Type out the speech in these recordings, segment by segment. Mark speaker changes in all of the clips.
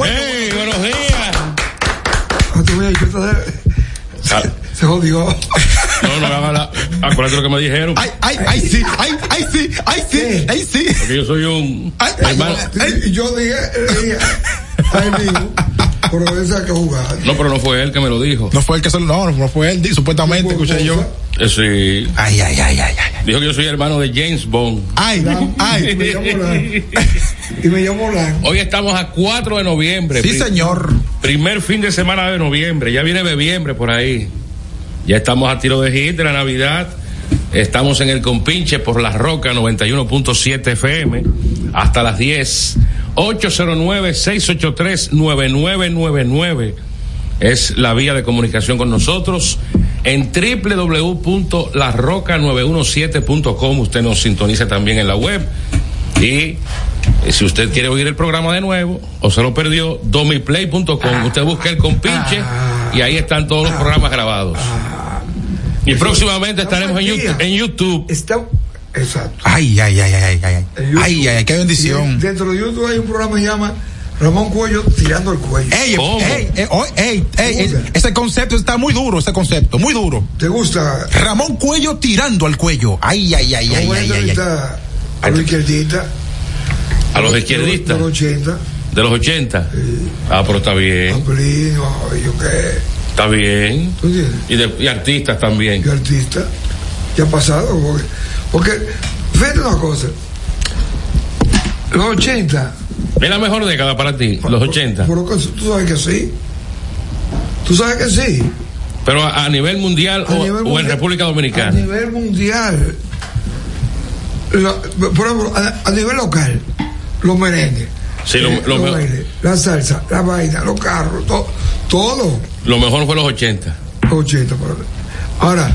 Speaker 1: Hey, buenos días.
Speaker 2: No, tú ves, yo todavía-
Speaker 1: Ah.
Speaker 2: Se jodió.
Speaker 1: No, no hagas la. Acuérdate lo que me dijeron.
Speaker 3: Ay, ay, ay, sí, ay, ay, sí, ay, sí, ay, sí.
Speaker 1: Que yo soy un.
Speaker 3: Ay, ay,
Speaker 1: hermano.
Speaker 2: Y yo dije, dije, ay, mío, pero esa hay que jugar.
Speaker 1: No, pero no fue él que me lo dijo.
Speaker 3: No fue el que se lo, no, no fue él, di- supuestamente, escuché yo.
Speaker 1: Eh, sí.
Speaker 3: Ay, ay, ay, ay, ay.
Speaker 1: Dijo que yo soy hermano de James Bond.
Speaker 3: Ay,
Speaker 2: Y me
Speaker 3: ay.
Speaker 2: llamo Lan. Y me llamo Lan.
Speaker 1: Hoy estamos a 4 de noviembre.
Speaker 3: Sí,
Speaker 1: pri-
Speaker 3: señor.
Speaker 1: Primer fin de semana de noviembre. Ya viene noviembre por ahí. Ya estamos a tiro de hit de la Navidad. Estamos en el compinche por la Roca 91.7 FM hasta las 10. 809-683-9999 es la vía de comunicación con nosotros. En www.larroca917.com usted nos sintoniza también en la web. Y eh, si usted quiere oír el programa de nuevo o se lo perdió, domiplay.com. Usted busca el compinche y ahí están todos los programas grabados. Y próximamente estaremos en
Speaker 2: Estamos
Speaker 1: YouTube,
Speaker 2: al día.
Speaker 1: en YouTube.
Speaker 2: Está. Exacto.
Speaker 3: Ay, ay, ay, ay, ay, ay.
Speaker 2: En YouTube.
Speaker 3: Ay, ay, ay, qué
Speaker 2: Y
Speaker 3: bendición.
Speaker 2: Dentro de YouTube hay un programa que se llama Ramón Cuello tirando el cuello.
Speaker 3: Ey,
Speaker 1: ¿Cómo?
Speaker 3: ey, ey, oh, ey, ey,
Speaker 2: Uy.
Speaker 3: ese concepto está muy duro, ese concepto, muy duro.
Speaker 2: ¿Te gusta?
Speaker 3: Ramón Cuello tirando al cuello. Ay, ay, ay, ay,
Speaker 2: Vamos a
Speaker 3: ay, ay, ay.
Speaker 2: entrevistar a los izquierdistas.
Speaker 1: A los
Speaker 2: A
Speaker 1: izquierdistas
Speaker 2: los 80.
Speaker 1: de los 80. Ah, pero está bien,
Speaker 2: Amplino, yo qué.
Speaker 1: está bien.
Speaker 2: ¿Tú entiendes?
Speaker 1: Y, de- y artistas también.
Speaker 2: y artista que ha pasado porque, porque fíjate una cosa los 80
Speaker 1: Es la mejor década para ti, los 80.
Speaker 2: por lo que tú sabes que sí tú sabes que sí
Speaker 1: Pero a, a nivel mundial
Speaker 2: A
Speaker 1: o,
Speaker 2: nivel
Speaker 1: o en
Speaker 2: mundial-
Speaker 1: República
Speaker 2: a
Speaker 1: Dominicana.
Speaker 2: nivel mundial la- por ejemplo a, a nivel local los merengues
Speaker 1: Sí, lo-
Speaker 2: eh,
Speaker 1: lo
Speaker 2: los
Speaker 1: mejor.
Speaker 2: bailes, la salsa la vaina los carros to- todo
Speaker 1: Lo mejor fue los 80.
Speaker 2: los 80 por ahora. ahora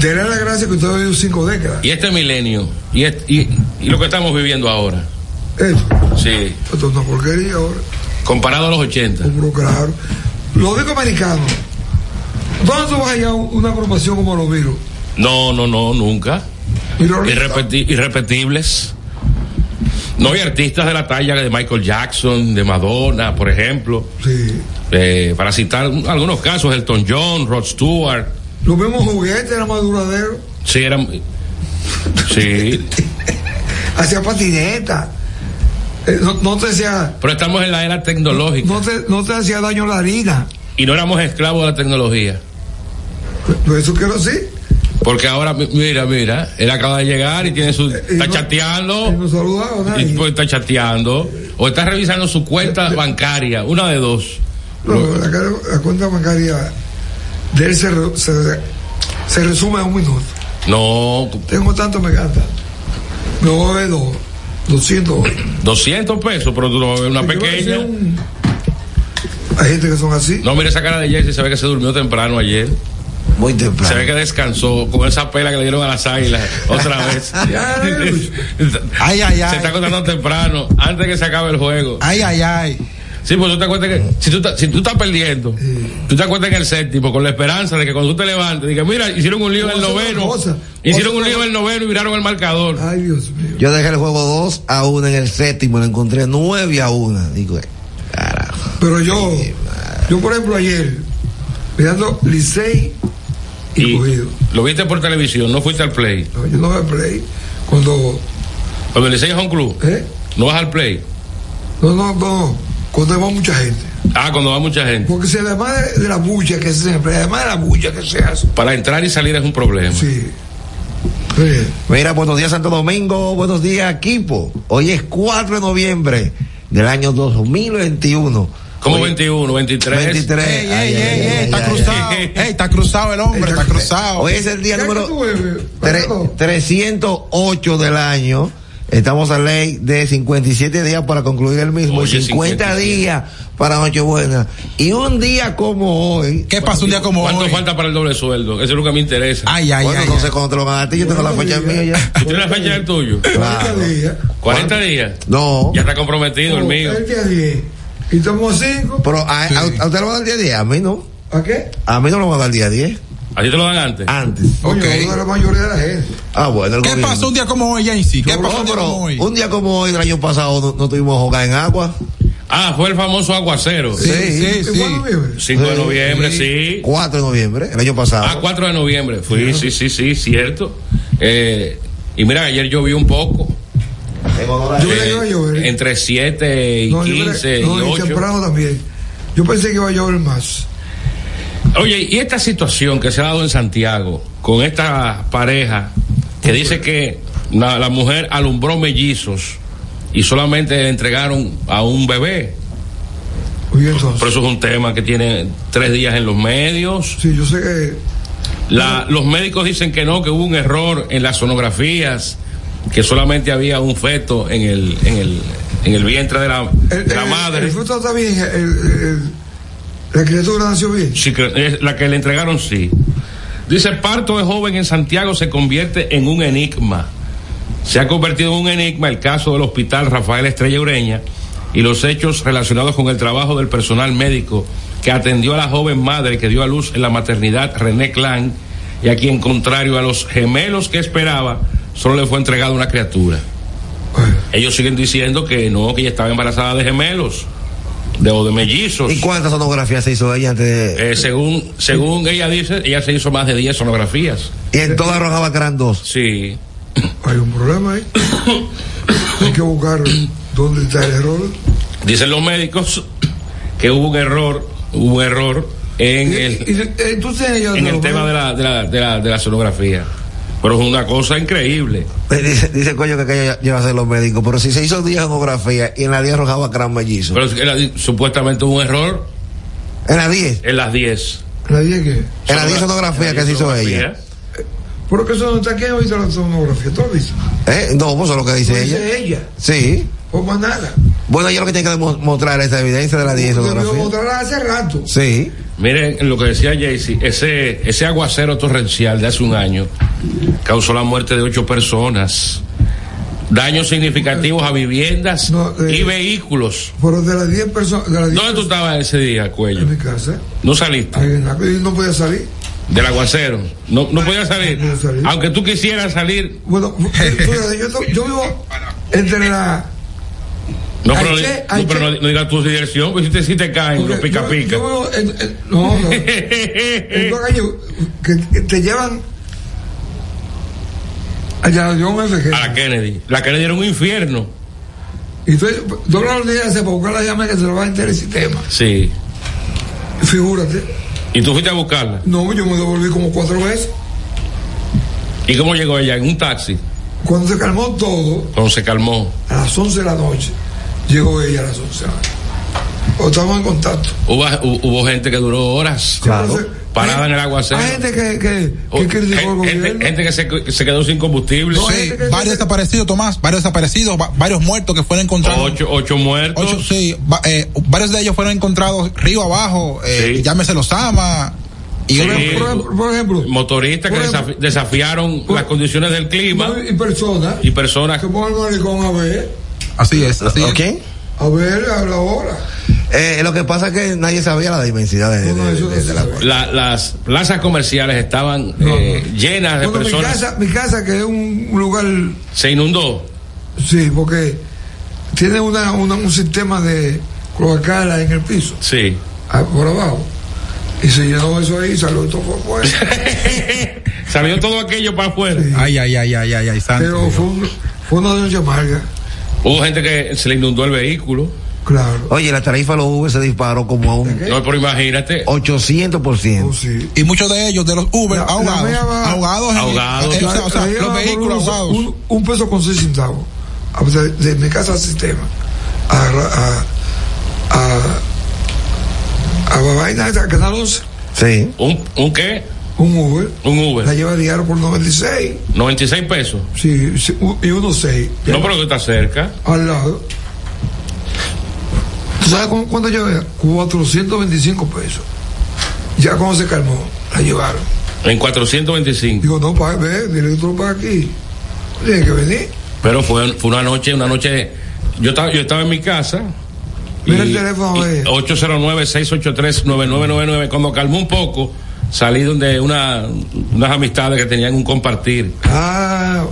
Speaker 2: denle la gracia que usted ha vivido cinco décadas
Speaker 1: Y este milenio. Y, est- y, y lo que estamos viviendo ahora.
Speaker 2: eso
Speaker 1: Sí.
Speaker 2: esto es una porquería ahora
Speaker 1: Comparado a los 80.
Speaker 2: Pero claro. Los discos americanos. ¿Dónde tú vas a hallar una agrupación como los virus?
Speaker 1: No, no, no, nunca.
Speaker 2: Y los Rolling Stones.
Speaker 1: Irrepeti- irrepetibles. No hay artistas de la talla de Michael Jackson, de Madonna, por ejemplo.
Speaker 2: Sí.
Speaker 1: Eh, para citar un- algunos casos, Elton John, Rod Stewart.
Speaker 2: Los mismos juguetes eran más duraderos.
Speaker 1: Sí, eran. Sí.
Speaker 2: Hacía patineta. Eh, no, no te hacía,
Speaker 1: Pero estamos en la era tecnológica.
Speaker 2: no te, no te hacía daño la harina.
Speaker 1: Y no éramos esclavos de la tecnología.
Speaker 2: Pero eso quiero decir.
Speaker 1: Porque ahora, mi- mira, mira, él acaba de llegar y tiene su.
Speaker 2: Eh, Y
Speaker 1: Está
Speaker 2: no- y No
Speaker 1: chateando.
Speaker 2: saludaba a
Speaker 1: Y
Speaker 2: nadie. Eh,
Speaker 1: pues está chateando. O está revisando su cuenta bancaria. Una de dos.
Speaker 2: No, la, cara- la cuenta bancaria de él se, re- se, se resume a un minuto.
Speaker 1: No,
Speaker 2: Tengo tanto, me gasta. Me voy a ver dos. 200 hoy.
Speaker 1: 200 pesos, pero tú no vas a ver una
Speaker 2: Yo voy a hacer
Speaker 1: pequeña.
Speaker 2: un- Hay gente que son así.
Speaker 1: No, mira esa cara de Jesse, se ve que se durmió temprano ayer.
Speaker 2: Muy
Speaker 1: Se ve
Speaker 2: temprano.
Speaker 1: que descansó con esa pela que le dieron a las águilas otra vez.
Speaker 3: Ay, ay, ay.
Speaker 1: Se está acostando temprano, antes que se acabe el juego.
Speaker 3: Ay, ay, ay.
Speaker 1: Sí, pues tú te acuerdas que si tú, estás- si tú estás perdiendo, tú te acuerdas en el séptimo con la esperanza de que cuando tú te levantes, digas, mira, hicieron un lío en el
Speaker 2: Vamos a hacer
Speaker 1: noveno.
Speaker 2: una cosa.
Speaker 1: Hicieron un
Speaker 2: Vamos a hacer
Speaker 1: lío en el noveno y miraron el marcador.
Speaker 2: Ay, Dios mío.
Speaker 4: Yo dejé el juego 2 a 1 en el séptimo, lo encontré 9 a 1. Digo, eh, carajo.
Speaker 2: Pero yo, yo por ejemplo ayer, mirando Licey y,
Speaker 1: Y
Speaker 2: Cogido.
Speaker 1: lo viste por televisión, no fuiste al play.
Speaker 2: No, yo no voy a play. Cuando,
Speaker 1: Cuando le enseñas a un club,
Speaker 2: ¿eh?
Speaker 1: no vas al play.
Speaker 2: No, no, no. Cuando va mucha gente.
Speaker 1: Ah, cuando va mucha gente.
Speaker 2: Porque si además de, de la bulla que se hace, además de la bulla que se hace.
Speaker 1: Para entrar y salir es un problema.
Speaker 2: Sí. Eh,
Speaker 4: Mira, buenos días Santo Domingo, buenos días equipo. Hoy es 4 de noviembre del año 2021.
Speaker 1: Como
Speaker 4: Hoy-
Speaker 1: 21, 23.
Speaker 4: 23.
Speaker 3: Ey,
Speaker 4: Ay,
Speaker 3: ey,
Speaker 4: ay,
Speaker 3: ey,
Speaker 4: ay,
Speaker 3: ey,
Speaker 4: ay,
Speaker 3: está
Speaker 4: ay,
Speaker 3: cruzado.
Speaker 4: ay.
Speaker 3: Ey, está cruzado el hombre, está cruzado.
Speaker 4: Hoy es el día
Speaker 2: ¿Qué
Speaker 4: número
Speaker 2: tú bebes?
Speaker 4: tre-
Speaker 2: Perdón.
Speaker 4: 308 del año. Estamos a ley de 57 días para concluir el mismo. y
Speaker 1: Oye,
Speaker 4: 50
Speaker 1: 57.
Speaker 4: días para Nochebuena. Y un día como hoy,
Speaker 3: ¿Qué pasó un día como
Speaker 1: ¿Cuánto
Speaker 3: hoy?
Speaker 1: falta para el doble sueldo? Eso es lo que me interesa.
Speaker 3: Ay, ay,
Speaker 4: bueno,
Speaker 3: ay.
Speaker 4: no
Speaker 3: ay.
Speaker 4: sé cuándo te lo van a dar. Yo tengo la
Speaker 2: Buenos
Speaker 4: fecha
Speaker 2: días.
Speaker 4: mía ya.
Speaker 1: ¿Tú tienes la fecha del tuyo?
Speaker 4: Claro.
Speaker 2: 40 días.
Speaker 1: 40 días.
Speaker 4: No.
Speaker 1: Ya está comprometido el mío.
Speaker 2: 40 días. Y estamos a 5.
Speaker 4: Pero a, a- a usted lo va a dar día a día, a mí no.
Speaker 2: ¿A qué?
Speaker 4: A mí no lo va a dar día a 10.
Speaker 1: ¿A ti te lo dan antes?
Speaker 4: Antes.
Speaker 2: Coño,
Speaker 3: Ok.
Speaker 2: no de la mayoría de la gente.
Speaker 4: Ah, bueno, el
Speaker 3: ¿Qué
Speaker 4: gobierno.
Speaker 3: pasó un día como hoy, Yancy? ¿Qué
Speaker 4: No,
Speaker 3: pasó un día
Speaker 4: pero
Speaker 3: como hoy?
Speaker 4: un día como hoy del año pasado no, no tuvimos hogar en agua.
Speaker 1: Ah, fue el famoso aguacero.
Speaker 3: Sí, sí, sí.
Speaker 2: Bueno, mire,
Speaker 1: 5 de
Speaker 4: Sí.
Speaker 1: noviembre, sí.
Speaker 4: 4 de noviembre, el año pasado.
Speaker 1: Ah, 4 de noviembre. Fui, sí, sí, sí, cierto. Eh, y mira, ayer llovió un poco.
Speaker 4: Tengo dolor.
Speaker 2: Yo- Mira,
Speaker 1: Eh,
Speaker 2: iba a llover.
Speaker 1: entre 7 y
Speaker 2: No, yo creo-
Speaker 1: 15
Speaker 2: no,
Speaker 1: y
Speaker 2: y
Speaker 1: 8.
Speaker 2: temprano también. Yo pensé que iba a llover más.
Speaker 1: Oye, y esta situación que se ha dado en Santiago con esta pareja que dice que la, la mujer alumbró mellizos y solamente le entregaron a un bebé.
Speaker 2: Oye, entonces.
Speaker 1: Pero eso es un tema que tiene tres días en los medios.
Speaker 2: Sí, yo sé que.
Speaker 1: La- los médicos dicen que no, que hubo un error en las sonografías, que solamente había un feto en el, en el, en el vientre de la,
Speaker 2: El,
Speaker 1: de la
Speaker 2: el-
Speaker 1: madre.
Speaker 2: El fruto está bien. el- el- el- la criatura nació bien.
Speaker 1: Sí, que- es la que le entregaron sí. Dice, parto de joven en Santiago se convierte en un enigma. Se ha convertido en un enigma el caso del hospital Rafael Estrella Ureña y los hechos relacionados con el trabajo del personal médico que atendió a la joven madre que dio a luz en la maternidad René Clan y a quien, contrario a los gemelos que esperaba, solo le fue entregada una criatura.
Speaker 2: Bueno,
Speaker 1: Ellos siguen diciendo que no, que ella estaba embarazada de gemelos, de, o de mellizos.
Speaker 4: ¿Y cuántas sonografías se hizo ella antes de.?
Speaker 1: Eh, según, según ella dice, ella se hizo más de 10 sonografías.
Speaker 4: y en todas arrojaban que eran dos.
Speaker 1: Sí.
Speaker 2: hay un problema ahí. Hay que buscar dónde está el error.
Speaker 1: Dicen los médicos que hubo un error, hubo un error en
Speaker 2: Y-
Speaker 1: el,
Speaker 2: y- eh, tú tienes ya
Speaker 1: en
Speaker 2: lo-
Speaker 1: el tema de la, de, la, de, la, de la sonografía. Pero es una cosa increíble.
Speaker 4: Eh, Dice, dice coño que aquella lleva a ser los médicos, pero si se hizo 10 sonografías y en la 10 arrojaba gran mellizo.
Speaker 1: Pero es que era- supuestamente hubo un error
Speaker 4: En la 10,
Speaker 1: en las 10.
Speaker 2: La dije que.
Speaker 4: en la 10 sonografías
Speaker 1: sonografías
Speaker 4: que se hizo ella.
Speaker 2: Pero que eso no está aquí ahorita la sonografía. ¿Tú lo viste?
Speaker 4: ¿Eh? No, pues eso es lo que dice ella.
Speaker 2: Dice ella.
Speaker 4: Sí.
Speaker 2: O más nada.
Speaker 4: Bueno, ella lo que tiene que demo- mostrar es esa evidencia de la 10
Speaker 2: Debió
Speaker 4: sonografías.
Speaker 2: mostrarla hace rato.
Speaker 4: Sí.
Speaker 1: Miren lo que decía Jaycee, ese, ese aguacero torrencial de hace un año causó la muerte de ocho personas, daños significativos a viviendas
Speaker 2: No, eh,
Speaker 1: y vehículos.
Speaker 2: Pero de las 10 personas. De las 10
Speaker 1: ¿Dónde tú estabas ese día, cuello?
Speaker 2: en mi casa.
Speaker 1: No saliste
Speaker 2: ahí en Eh, la- y no podía salir.
Speaker 1: del aguacero, no, no podías salir,
Speaker 2: No podía salir.
Speaker 1: aunque tú quisieras salir,
Speaker 2: Bueno, fíjate, yo, to- yo vivo entre la.
Speaker 1: no, pero,
Speaker 2: Ay,
Speaker 1: no-
Speaker 2: che, ay,
Speaker 1: no, pero
Speaker 2: che.
Speaker 1: no- no digas tu dirección, porque si te, si te caen, los
Speaker 2: porque
Speaker 1: pica
Speaker 2: yo-
Speaker 1: pica.
Speaker 2: Yo, vivo en, en- no, no. en una calle que, que te llevan. Allá yo me fijé.
Speaker 1: a la Kennedy, la Kennedy era un infierno,
Speaker 2: Y entonces, dobla los días para buscar la llama que se lo va a enterar el sistema.
Speaker 1: sí,
Speaker 2: Figúrate.
Speaker 1: y tú fuiste a buscarla.
Speaker 2: No, yo me devolví como cuatro veces.
Speaker 1: ¿Y cómo llegó ella? En un taxi,
Speaker 2: Cuando se calmó todo,
Speaker 1: cuando se calmó.
Speaker 2: a las 11 de la noche, llegó ella a las 11 de la noche. O estamos en contacto.
Speaker 1: Hubo, hu- hubo gente que duró horas
Speaker 4: Claro.
Speaker 1: parada en el
Speaker 2: agua
Speaker 1: aguacero.
Speaker 2: Hay gente que, que,
Speaker 1: O-
Speaker 2: que criticó al
Speaker 1: gen- gente,
Speaker 2: gobierno.
Speaker 1: gente que se, que se quedó sin combustible.
Speaker 2: No,
Speaker 3: Sí,
Speaker 2: gente que-
Speaker 3: varios desaparecidos, Tomás, varios desaparecidos, va- varios muertos que fueron encontrados.
Speaker 1: ocho, ocho muertos.
Speaker 3: Ocho, sí, va- eh, varios de ellos fueron encontrados río abajo, eh,
Speaker 1: Sí.
Speaker 3: llámese los ama. Y
Speaker 1: Sí.
Speaker 3: uno-
Speaker 2: Por ejemplo, por ejemplo,
Speaker 1: Motoristas que
Speaker 2: Por ejemplo,
Speaker 1: desafi- desafiaron
Speaker 2: por-
Speaker 1: las condiciones del clima
Speaker 2: y personas
Speaker 1: y personas.
Speaker 2: que pongan el maricón a ver,
Speaker 3: Así es, así es.
Speaker 4: ¿Ok?
Speaker 2: a ver a la hora.
Speaker 4: Eh, lo que pasa es que nadie sabía la dimensidad de, de-
Speaker 2: No, no, eso
Speaker 4: de-
Speaker 2: no
Speaker 4: de
Speaker 2: se
Speaker 4: la
Speaker 2: sabe.
Speaker 4: cosa.
Speaker 1: la- las plazas comerciales estaban
Speaker 2: No,
Speaker 1: eh,
Speaker 2: no.
Speaker 1: llenas de
Speaker 2: Bueno, mi
Speaker 1: personas.
Speaker 2: casa, mi casa, que es un un lugar,
Speaker 1: Se inundó.
Speaker 2: sí, porque tiene una, una- un sistema de cloacala en el piso,
Speaker 1: Sí.
Speaker 2: ah, por abajo. Y se llenó eso ahí, salió todo por fuera.
Speaker 1: Salió todo aquello para afuera.
Speaker 3: Ay, ay, ay, ay, ay, ay, santo.
Speaker 2: Pero fue, un- fue una noche amarga,
Speaker 1: Hubo gente que se le inundó el vehículo.
Speaker 2: claro.
Speaker 4: Oye, la tarifa de los Uber se disparó como a un
Speaker 1: No, pero imagínate.
Speaker 4: 800%.
Speaker 2: Oh, sí.
Speaker 3: y muchos de ellos, de los Uber,
Speaker 2: La- la
Speaker 3: ahogados.
Speaker 2: mía va-
Speaker 3: ahogados. en-
Speaker 1: Ahogados.
Speaker 3: eh, o sea, o sea,
Speaker 2: Ahí
Speaker 3: los
Speaker 2: va por
Speaker 3: vehículos
Speaker 2: un,
Speaker 3: ahogados.
Speaker 2: un- un peso con seis centavos. A- De, de mi casa al sistema. A, a, a, a la vaina esa, Canal 11,
Speaker 4: Sí.
Speaker 1: ¿Un, un qué?
Speaker 2: un Uber.
Speaker 1: Un
Speaker 2: La
Speaker 1: Uber.
Speaker 2: lleva diario por 96.
Speaker 1: 96 pesos.
Speaker 2: Sí, sí, u- y uno 6.
Speaker 1: No, pero que está cerca.
Speaker 2: Al lado. ¿Tú sabes cu- cuánto lleva? 425 pesos. Ya cuando se calmó, la llevaron.
Speaker 1: En 425.
Speaker 2: Digo, no, pa, ve, dile que tú lo pagas aquí. Tiene que venir.
Speaker 1: Pero fue, fue una noche, una noche. Yo estaba, yo estaba en mi casa.
Speaker 2: Mira el teléfono, eh.
Speaker 1: 809-683-9999. Cuando calmó un poco, salí donde una, unas amistades que tenían un compartir.
Speaker 2: Ah,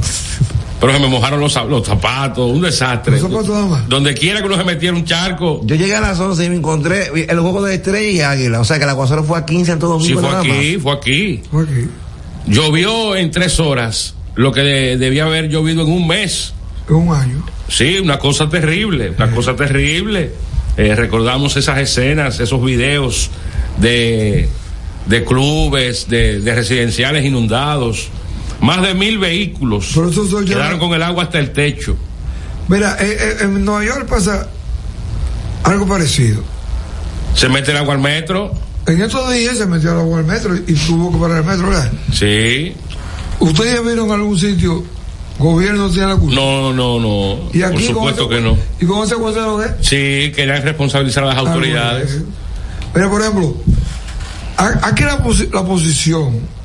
Speaker 1: pero se me mojaron los, los zapatos, un desastre.
Speaker 2: Los zapatos nada más.
Speaker 1: Donde quiera que uno se metiera un charco,
Speaker 4: Yo llegué a las 11 y me encontré el juego de Estrella y Águila. O sea que el aguacero fue a 15 en todo
Speaker 1: sí
Speaker 4: domingo.
Speaker 1: fue
Speaker 4: nada
Speaker 1: aquí, fue aquí.
Speaker 2: Fue aquí.
Speaker 1: Llovió en tres horas, lo que de- debía haber llovido en un mes.
Speaker 2: En un año.
Speaker 1: Sí, una cosa terrible, una cosa terrible. Eh, recordamos esas escenas, esos videos de, de clubes, de, de residenciales inundados. Más de mil vehículos
Speaker 2: Pero eso soy yo.
Speaker 1: quedaron con el agua hasta el techo.
Speaker 2: Mira, eh, eh, en Nueva York pasa algo parecido.
Speaker 1: Se mete el agua al metro.
Speaker 2: En estos días se metió al agua al metro y tuvo que parar el metro, ¿verdad?
Speaker 1: Sí.
Speaker 2: ¿Ustedes vieron en algún sitio gobierno tiene la culpa?
Speaker 1: No, no, no.
Speaker 2: Y aquí
Speaker 1: Por
Speaker 2: con
Speaker 1: supuesto
Speaker 2: ese- Ah,
Speaker 1: que no.
Speaker 2: ¿Y cómo se aguantaron eh?
Speaker 1: Sí, querían responsabilizar a las autoridades.
Speaker 2: Pero eh, por ejemplo, a- aquí la, posi- la posición,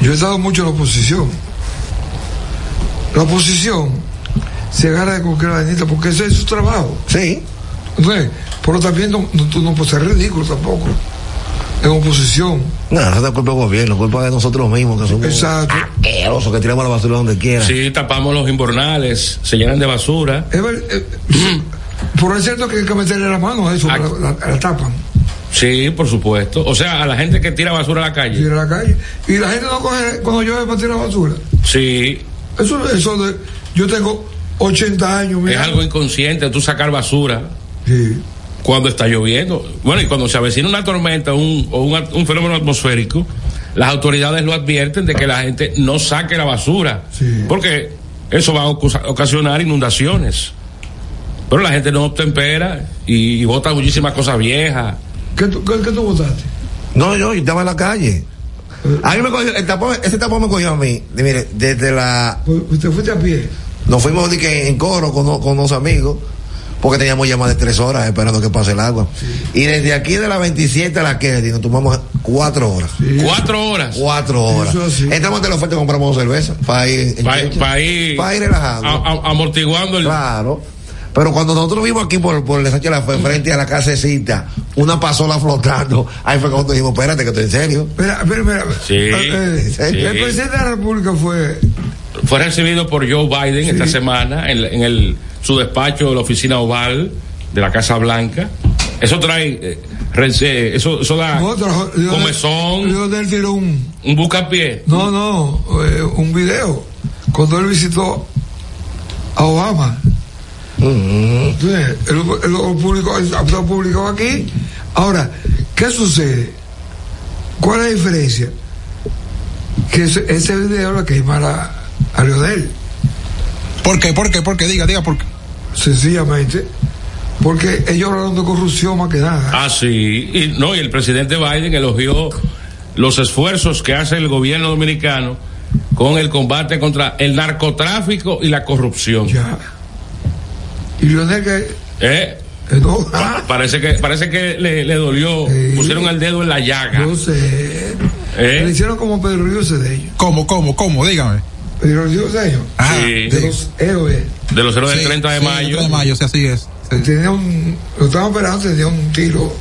Speaker 2: yo he estado mucho en la oposición. La oposición se agarra de cualquier vainita porque ese es su trabajo.
Speaker 4: más. Sí.
Speaker 2: Entonces, pero también no, no- tú no puedes ser ridículo tampoco. En oposición.
Speaker 4: No, no es culpa del gobierno, es culpa de nosotros mismos que somos
Speaker 2: Exacto.
Speaker 4: asquerosos, que tiramos la basura donde quiera.
Speaker 1: Sí, tapamos los inbornales, se llenan de basura.
Speaker 2: Es ver- eh, pero es cierto que hay que meterle la mano a eso,
Speaker 1: Aquí-
Speaker 2: la- la- la tapan.
Speaker 1: Sí, por supuesto. O sea, a la gente que tira basura a la calle.
Speaker 2: y en la calle. Y la gente no coge cuando llueve para tirar basura.
Speaker 1: Sí,
Speaker 2: Eso, eso de, yo tengo 80 años,
Speaker 1: es
Speaker 2: mira.
Speaker 1: algo inconsciente tú sacar basura
Speaker 2: Sí.
Speaker 1: cuando está lloviendo. Bueno, y cuando se avecina una tormenta un, o un, at- un fenómeno atmosférico, las autoridades lo advierten de que la gente no saque la basura,
Speaker 2: Sí.
Speaker 1: porque eso va a ocusa- ocasionar inundaciones. Pero la gente no tempera y, y bota muchísimas cosas viejas.
Speaker 2: ¿Qué tú, qué, qué tú votaste?
Speaker 4: No, yo, yo estaba en la calle. A mí me cogió, el tapón, ese tapón me cogió a mí. De- mire, desde la.
Speaker 2: Pues, Te fuiste a pie.
Speaker 4: Nos fuimos de que en coro con, unos- con unos amigos, porque teníamos ya más de tres horas esperando que pase el agua. Y desde aquí de la 27 a la Kennedy nos tomamos cuatro horas.
Speaker 1: Cuatro horas.
Speaker 4: Cuatro horas.
Speaker 2: Eso sí.
Speaker 4: Estamos ante la oferta y compramos cerveza para ir, en
Speaker 1: Para
Speaker 4: checha,
Speaker 1: ir,
Speaker 4: pa' ir relajando.
Speaker 1: a- a- amortiguando el,
Speaker 4: Claro. Pero cuando nosotros vimos aquí por, por el ensanche de la Fe, frente a la casecita, una pasola flotando, ahí fue cuando dijimos, espérate que estoy en serio.
Speaker 2: Mira, mira, mira.
Speaker 1: Sí,
Speaker 2: Eh,
Speaker 1: sí.
Speaker 2: El presidente de la República fue.
Speaker 1: fue recibido por Joe Biden esta semana en, la- en el, su despacho de la oficina oval de la Casa Blanca. Eso trae, eh, re- eh, eso, eso da
Speaker 2: No, trajo- Lionel-
Speaker 1: comezón,
Speaker 2: Lionel tiró un.
Speaker 1: un buscapié.
Speaker 2: No, no, eh, un video. Cuando él visitó a Obama. Entonces, él lo- él lo publicó, él lo publicó aquí. Ahora, ¿qué sucede? ¿Cuál es la diferencia? Que ese, ese video lo queimara a Lionel,
Speaker 3: ¿Por qué? ¿Por qué? ¿Por qué? Diga, diga, ¿por qué?
Speaker 2: sencillamente, porque ellos hablaron de corrupción más que nada.
Speaker 1: Ah, sí. Y, no, y el presidente Biden elogió los esfuerzos que hace el gobierno dominicano con el combate contra el narcotráfico y la corrupción.
Speaker 2: Ya. Y Lionel que.
Speaker 1: Eh,
Speaker 2: eh, no,
Speaker 1: pa-
Speaker 2: ah,
Speaker 1: Parece que, parece que le, le dolió,
Speaker 2: Sí.
Speaker 1: pusieron el dedo en la llaga.
Speaker 2: no sé.
Speaker 1: ¿Eh?
Speaker 2: Le hicieron como Pedro Ríos de ellos.
Speaker 3: ¿Cómo, cómo, cómo? Dígame.
Speaker 2: Pedro Ríos de ellos.
Speaker 3: Ajá.
Speaker 1: Sí.
Speaker 2: de los héroes.
Speaker 1: De los héroes del
Speaker 3: Sí,
Speaker 1: 30 de
Speaker 3: sí,
Speaker 1: mayo.
Speaker 3: 30 de mayo, sí, así es. Sí.
Speaker 2: Tenía un, lo estaban operando, tenía un tiro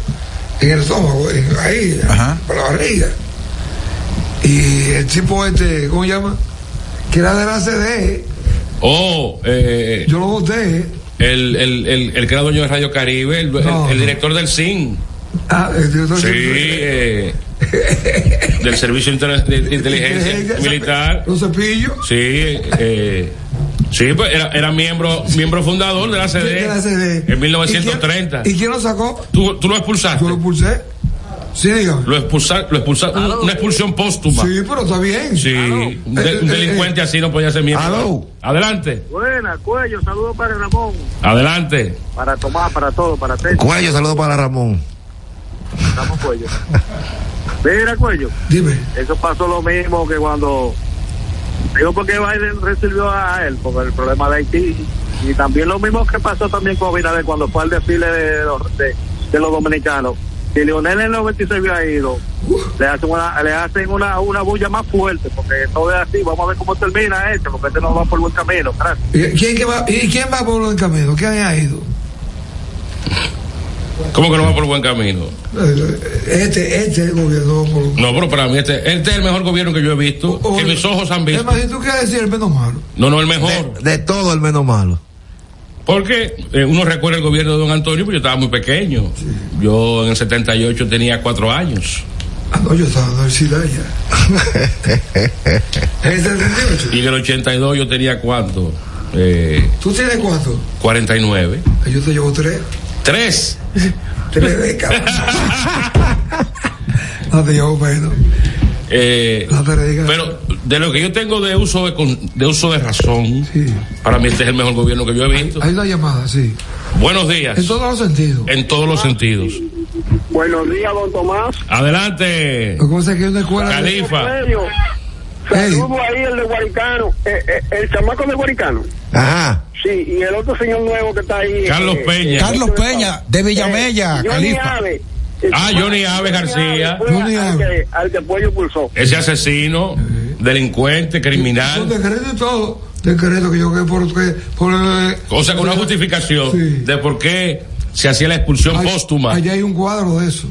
Speaker 2: en el estómago, en- ahí,
Speaker 3: Ajá.
Speaker 2: por la barriga. Y el tipo este, ¿cómo se llama? Que era de la E. CD,
Speaker 1: Oh, eh,
Speaker 2: yo lo voté.
Speaker 1: el, el, el, el que era dueño de Radio Caribe, el, el-
Speaker 2: No.
Speaker 1: el director del SIN.
Speaker 2: Ah, el director
Speaker 1: Sí,
Speaker 2: de-
Speaker 1: eh, del Servicio Inter- de de Inteligencia
Speaker 2: de-
Speaker 1: Militar.
Speaker 2: Los cepillos.
Speaker 1: Sí, eh, sí, pues era, era miembro miembro fundador de la CD,
Speaker 2: de la CD.
Speaker 1: en
Speaker 2: ¿Y
Speaker 1: 1930.
Speaker 2: quién, y quién lo sacó?
Speaker 1: ¿Tú, tú lo expulsaste.
Speaker 2: Yo lo pulsé. Sí, dígame.
Speaker 1: Lo expulsa- lo expulsa- un- una expulsión póstuma.
Speaker 2: Sí, pero está bien.
Speaker 1: Sí, un, de- un
Speaker 2: Eh, eh, eh,
Speaker 1: delincuente así no podía ser miembro.
Speaker 4: Aló.
Speaker 1: Adelante,
Speaker 5: Buena, cuello, saludos para Ramón,
Speaker 1: adelante.
Speaker 5: para Tomás, para todo, para Techo,
Speaker 4: Cuello, saludo para Ramón.
Speaker 5: Ramón Cuello. Mira, cuello,
Speaker 2: Dime.
Speaker 5: eso pasó lo mismo que cuando. Digo porque Biden recibió a él por el problema de Haití. Y también lo mismo que pasó también con Abinader cuando fue al desfile de los, de, de los dominicanos. Si Lionel en el 96 hubiera ido, le hacen, una, le hacen una, una bulla más fuerte, porque todo es así. Vamos a ver cómo termina esto, porque este no va por buen camino. Gracias.
Speaker 2: ¿Y ¿Quién, que va, ¿Y quién va por el camino? ¿Quién ha ido?
Speaker 1: ¿Cómo que no va por buen camino?
Speaker 2: Eh, Este, este gobierno va por un-
Speaker 1: No, pero para mí este, este es el mejor gobierno que yo he visto, que
Speaker 2: Oye,
Speaker 1: mis ojos han
Speaker 2: Es
Speaker 1: visto.
Speaker 2: más, si tú quieres decir el menos malo.
Speaker 1: No, no, el
Speaker 4: De,
Speaker 1: mejor.
Speaker 4: de todo el menos malo.
Speaker 1: Porque eh, uno recuerda el gobierno de don Antonio, pero yo estaba muy pequeño. Yo en el 78 tenía cuatro años.
Speaker 2: Ah, no, yo estaba en la universidad ya. en el 78.
Speaker 1: Y en el 82 yo tenía cuánto? Eh,
Speaker 2: ¿Tú tienes cuánto?
Speaker 1: 49.
Speaker 2: Ah, Yo te llevo tres.
Speaker 1: Tres.
Speaker 2: Tres Ah, décadas. no te llevo menos.
Speaker 1: Eh,
Speaker 2: No te digas.
Speaker 1: pero de lo que yo tengo de uso de, con- de uso de razón,
Speaker 2: Sí.
Speaker 1: para mí este es el mejor gobierno que yo he visto.
Speaker 2: Hay una llamada, sí.
Speaker 1: Buenos días.
Speaker 2: En todos los sentidos.
Speaker 1: En todos los sentidos.
Speaker 5: Buenos días, don Tomás.
Speaker 1: Adelante,
Speaker 2: Lo que pasa es que hay una escuela. de-
Speaker 1: Califa.
Speaker 5: Eusebio.
Speaker 2: Ey.
Speaker 5: Saludo ahí el de Guaricano, eh, eh, el chamaco de Guaricano.
Speaker 4: Ajá.
Speaker 5: Sí, y el otro señor nuevo que está ahí.
Speaker 1: Carlos
Speaker 5: eh,
Speaker 1: Peña.
Speaker 3: Carlos Peña, de Villamella,
Speaker 5: Eh, Johnny
Speaker 3: Califa.
Speaker 5: Ave. El
Speaker 1: Ah,
Speaker 5: chamaco
Speaker 1: Johnny Ave García.
Speaker 5: fue
Speaker 2: Johnny
Speaker 5: al
Speaker 2: Ave.
Speaker 5: que- Al que Puello pulsó.
Speaker 1: Ese asesino, delincuente,
Speaker 2: Son
Speaker 1: criminal,
Speaker 2: decretos y todo. Decreto que yo que por. Que, por eh,
Speaker 1: cosa con una justificación
Speaker 2: Sí.
Speaker 1: de por qué se hacía la expulsión
Speaker 2: Ay,
Speaker 1: póstuma.
Speaker 2: Allá hay un cuadro de eso.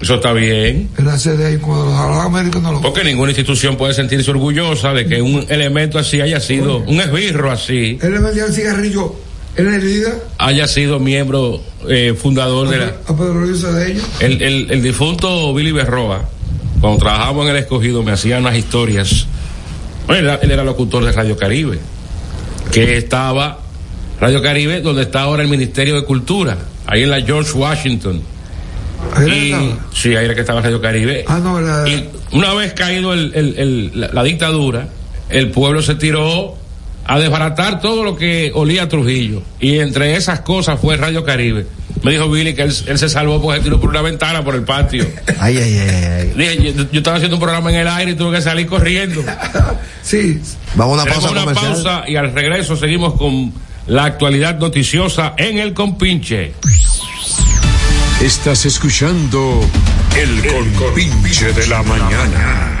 Speaker 1: Eso está bien.
Speaker 2: En la sede hay un cuadro. Ojalá América no lo.
Speaker 1: Porque ninguna institución puede sentirse orgullosa de que un elemento así haya sido, un esbirro así,
Speaker 2: Él le vendía el cigarrillo. Él es el líder.
Speaker 1: haya sido miembro eh, fundador de la...
Speaker 2: A Pedro Luis de ellos.
Speaker 1: El, el- el difunto Billy Berroa, cuando trabajamos en el escogido, me hacían unas historias. Bueno, él, era- él era locutor de Radio Caribe, que estaba, Radio Caribe, donde está ahora el Ministerio de Cultura, ahí en la George Washington.
Speaker 2: Ahí
Speaker 1: Y-
Speaker 2: estaba.
Speaker 1: sí, ahí era que estaba Radio Caribe.
Speaker 2: Ah, no, la-
Speaker 1: Y una vez caído el- el- el- la, la dictadura, el pueblo se tiró a desbaratar todo lo que olía a Trujillo. Y entre esas cosas fue Radio Caribe. Me dijo Billy que él, él se salvó porque se tiró por una ventana por el patio.
Speaker 4: Ay, ay, ay, ay.
Speaker 1: Dije, yo, yo estaba haciendo un programa en el aire y tuve que salir corriendo.
Speaker 2: Sí.
Speaker 4: Vamos a una
Speaker 1: Tenemos
Speaker 4: pausa
Speaker 1: una
Speaker 4: comercial.
Speaker 1: pausa y al regreso seguimos con la actualidad noticiosa en el compinche.
Speaker 6: Estás escuchando el, compinche de la mañana.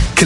Speaker 7: Que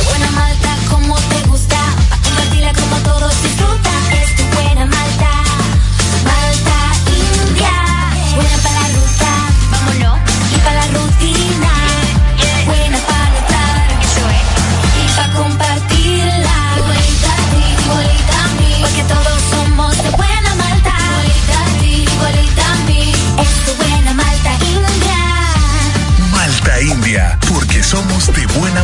Speaker 8: buena malta como te gusta, pa compartirla como todos disfrutan. Es tu buena malta, malta india. Buena para la ruta, vámonos. Y para la rutina, buena para notar. Eso es. Y para compartirla, igualita a ti, igualita a mí. Porque todos somos de buena malta, igualita a ti, igualita a mí. Es tu buena malta india.
Speaker 9: Malta India, porque somos de buena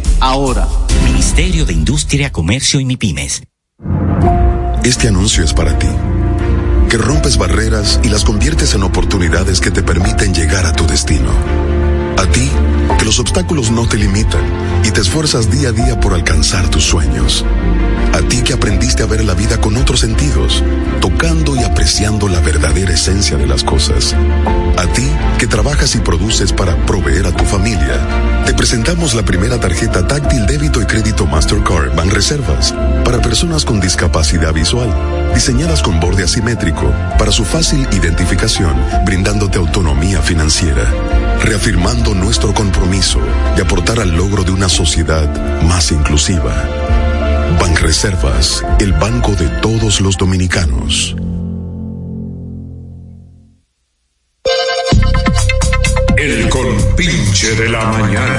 Speaker 10: ahora.
Speaker 11: Ministerio de Industria, Comercio y MIPIMES.
Speaker 9: Este anuncio es para ti, que rompes barreras y las conviertes en oportunidades que te permiten llegar a tu destino. A ti, que los obstáculos no te limitan y te esfuerzas día a día por alcanzar tus sueños. A ti que aprendiste a ver la vida con otros sentidos, tocando y apreciando la verdadera esencia de las cosas. A ti que trabajas y produces para proveer a tu familia, te presentamos la primera tarjeta táctil débito y crédito Mastercard Banreservas para personas con discapacidad visual, diseñadas con borde asimétrico para su fácil identificación, brindándote autonomía financiera, reafirmando nuestro compromiso de aportar al logro de una sociedad más inclusiva. Banreservas, el banco de todos los dominicanos.
Speaker 6: El compinche de la mañana.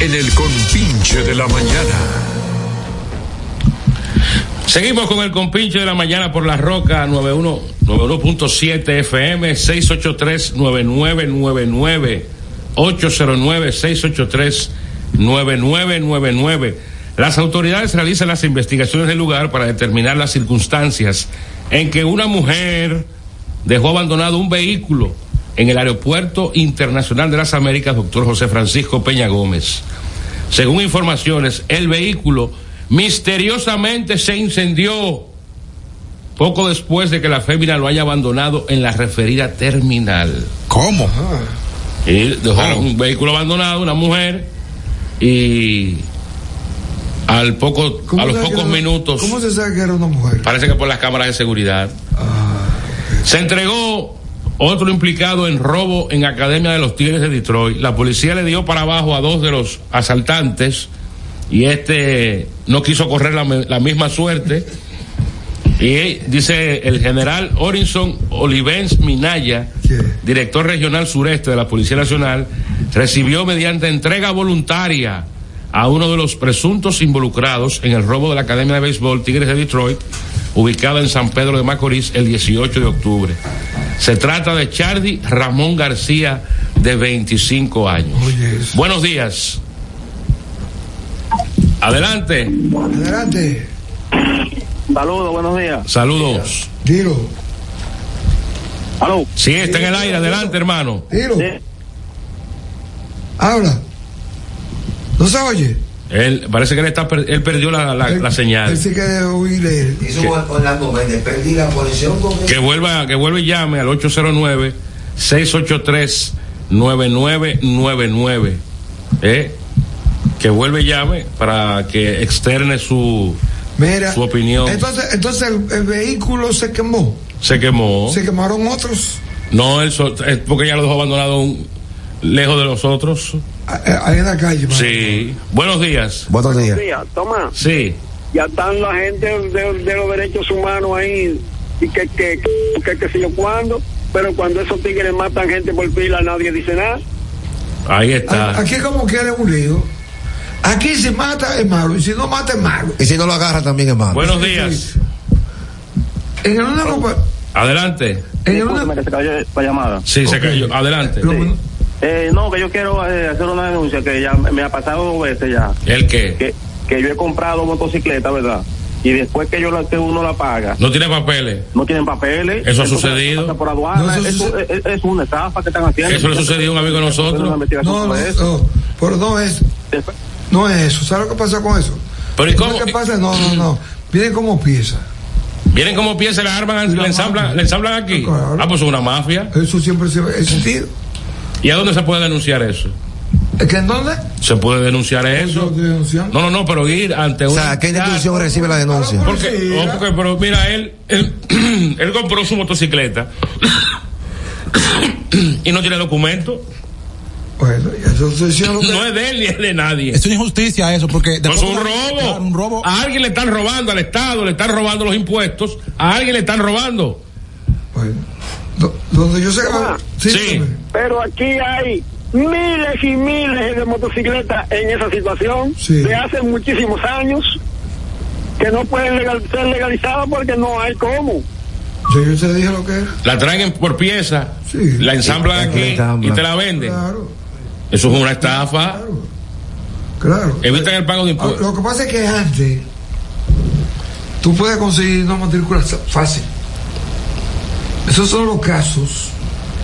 Speaker 6: en el compinche de la mañana.
Speaker 1: Seguimos con el compinche de la mañana por la roca 91 91.7 FM 683 9999 809 683 9999. Las autoridades realizan las investigaciones del lugar para determinar las circunstancias en que una mujer dejó abandonado un vehículo en el Aeropuerto Internacional de las Américas, doctor José Francisco Peña Gómez. Según informaciones, el vehículo misteriosamente se incendió poco después de que la fémina lo haya abandonado en la referida terminal.
Speaker 3: ¿Cómo?
Speaker 1: Y dejó un vehículo abandonado, una mujer, y al poco, a los pocos
Speaker 2: se sabe que era-
Speaker 1: minutos,
Speaker 2: ¿Cómo se sabe que era una mujer?
Speaker 1: parece que por las cámaras de seguridad, se entregó otro implicado en robo en Academia de los Tigres de Detroit. La policía le dio para abajo a dos de los asaltantes y este no quiso correr la, me- la misma suerte. Y dice el general Orinson Olivens Minaya, director regional sureste de la Policía Nacional, recibió mediante entrega voluntaria a uno de los presuntos involucrados en el robo de la Academia de Béisbol Tigres de Detroit, ubicada en San Pedro de Macorís el 18 de octubre. Se trata de Chardy Ramón García, de 25 años. Buenos días. Adelante.
Speaker 2: Adelante.
Speaker 5: Saludos, buenos días.
Speaker 1: Saludos.
Speaker 2: Tiro.
Speaker 5: ¿Aló?
Speaker 1: Sí, está en el aire. Adelante, hermano.
Speaker 2: Tiro. Habla. ¿No se oye?
Speaker 1: Él, parece que él, está, per- él perdió la, la- la señal.
Speaker 2: Él sí que de oírle.
Speaker 4: Hizo Orlando Méndez, perdí la conexión con
Speaker 1: Que vuelva, que vuelva y llame al 809-683-9999. ¿Eh? Que vuelva y llame para que externe su,
Speaker 2: Mira,
Speaker 1: su opinión.
Speaker 2: Entonces, entonces el, el vehículo se quemó.
Speaker 1: Se quemó.
Speaker 2: Se quemaron otros.
Speaker 1: No, él sol- es porque ya lo dejó abandonado un- lejos de los otros.
Speaker 2: Ahí en la calle.
Speaker 1: Sí. Buenos días.
Speaker 4: Buenos
Speaker 5: Buenos días, toma.
Speaker 1: Sí.
Speaker 5: Ya están la gente de, de los derechos humanos ahí y que que, que, que, sé yo cuándo, pero cuando esos tigres matan gente por pila nadie dice nada.
Speaker 1: Ahí está.
Speaker 2: Ah, Aquí como quiere un lío. Aquí si mata es malo. Y si no mata es malo.
Speaker 4: Y si no lo agarra también es malo.
Speaker 1: Buenos días.
Speaker 2: En el una ropa-
Speaker 1: Adelante.
Speaker 5: Discúlpeme que se cayó la llamada.
Speaker 1: Sí, se cayó. Adelante.
Speaker 5: Eh, no, que yo quiero eh, hacer una denuncia que ya me ha pasado dos veces ya.
Speaker 1: ¿El qué?
Speaker 5: Que, que yo he comprado motocicleta, ¿verdad? Y después que yo la que uno la paga,
Speaker 1: No tiene papeles.
Speaker 5: no tienen papeles.
Speaker 1: Eso ha
Speaker 5: entonces
Speaker 1: sucedido.
Speaker 5: pasa por aduana.
Speaker 2: No, eso
Speaker 5: Eso- es, es una estafa que están haciendo.
Speaker 1: Eso le sucedió a un amigo de nosotros.
Speaker 2: pues. No, no, no, pero no es. No es eso. ¿Sabes lo que pasa con eso?
Speaker 1: Pero ¿y cómo?
Speaker 2: ¿Qué pasa? No, no, no. Viene como pieza.
Speaker 1: Vienen como pieza, la arman, le ensamblan, le ensamblan aquí. Ah, pues es una mafia.
Speaker 2: Eso siempre se ha existido.
Speaker 1: ¿Y a dónde se puede denunciar eso?
Speaker 2: ¿Que en dónde?
Speaker 1: ¿Se puede denunciar eso? No, no, no, pero ir ante una.
Speaker 4: O sea, ¿qué institución recibe la denuncia?
Speaker 1: Porque, oh, porque- pero mira, él, él, él compró su motocicleta y no tiene documento.
Speaker 2: Bueno, eso
Speaker 1: No es de él ni es de nadie.
Speaker 3: Es una injusticia eso, porque
Speaker 1: No,
Speaker 3: después
Speaker 1: es un
Speaker 3: cuando-
Speaker 1: robo.
Speaker 3: Claro, un robo.
Speaker 1: A alguien le están robando al Estado, le están robando los impuestos, a alguien le están robando.
Speaker 2: Donde yo sé
Speaker 1: Sí.
Speaker 5: Pero aquí hay miles y miles de motocicletas en esa situación de hace muchísimos años que no pueden legal- ser legalizadas porque no hay cómo.
Speaker 2: Yo, yo te dije lo que era.
Speaker 1: La traen en- por pieza, la ensamblan
Speaker 2: Sí,
Speaker 1: aquí
Speaker 2: la ensamblan.
Speaker 1: y te la venden.
Speaker 2: Claro.
Speaker 1: Eso es una estafa.
Speaker 2: Claro.
Speaker 1: Evitan el pago de impuestos.
Speaker 2: Ah, Lo que pasa es que antes tú puedes conseguir una matrícula sa- fácil. Esos son los casos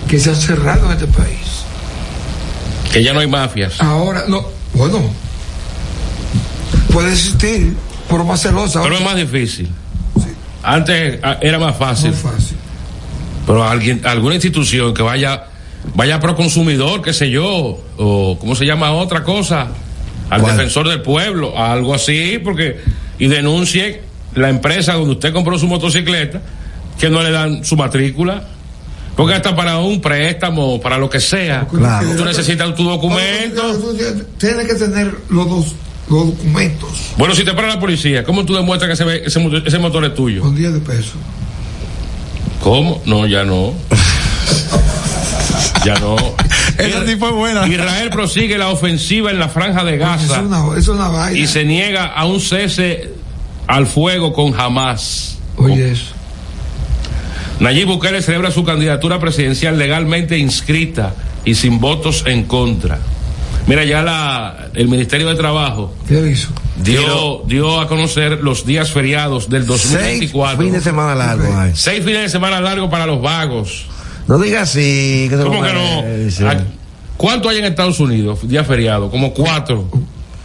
Speaker 2: que se han cerrado en este país.
Speaker 1: Que ya no hay mafias.
Speaker 2: Ahora, no, bueno, puede existir, pero más celosa.
Speaker 1: Pero
Speaker 2: ahora-
Speaker 1: es más difícil. Antes a- era más fácil.
Speaker 2: fácil.
Speaker 1: Pero alguien, alguna institución que vaya, vaya pro consumidor, qué sé yo, o cómo se llama otra cosa, al defensor del pueblo, a algo así, porque y denuncie la empresa donde usted compró su motocicleta que no le dan su matrícula. Porque hasta para un préstamo, para lo que sea,
Speaker 2: Claro.
Speaker 1: tú necesitas tu documento.
Speaker 2: Tienes que tener los dos los documentos.
Speaker 1: Bueno, si te para la policía, ¿cómo tú demuestras que ese, ve- ese, motor, ese motor es tuyo?
Speaker 2: Con 10 de peso.
Speaker 1: ¿Cómo? No, ya no. ya no. Esa sí fue buena. Israel prosigue la ofensiva en la franja de Gaza.
Speaker 2: Es una- es una vaina.
Speaker 1: Y se niega a un cese al fuego con Hamas.
Speaker 2: Oye, eso.
Speaker 1: Nayib Bukele celebra su candidatura presidencial legalmente inscrita y sin votos en contra. Mira, ya la, el Ministerio de Trabajo
Speaker 2: ¿Qué le hizo?
Speaker 1: dio, dio a conocer los días feriados del 2024.
Speaker 4: Seis fines de semana largo. ay.
Speaker 1: Seis fines de semana largo para los vagos.
Speaker 4: No digas así. Que se
Speaker 1: ¿Cómo
Speaker 4: lo
Speaker 1: que
Speaker 4: merece.
Speaker 1: no? ¿A- ¿Cuánto hay en Estados Unidos? Día feriado, como cuatro.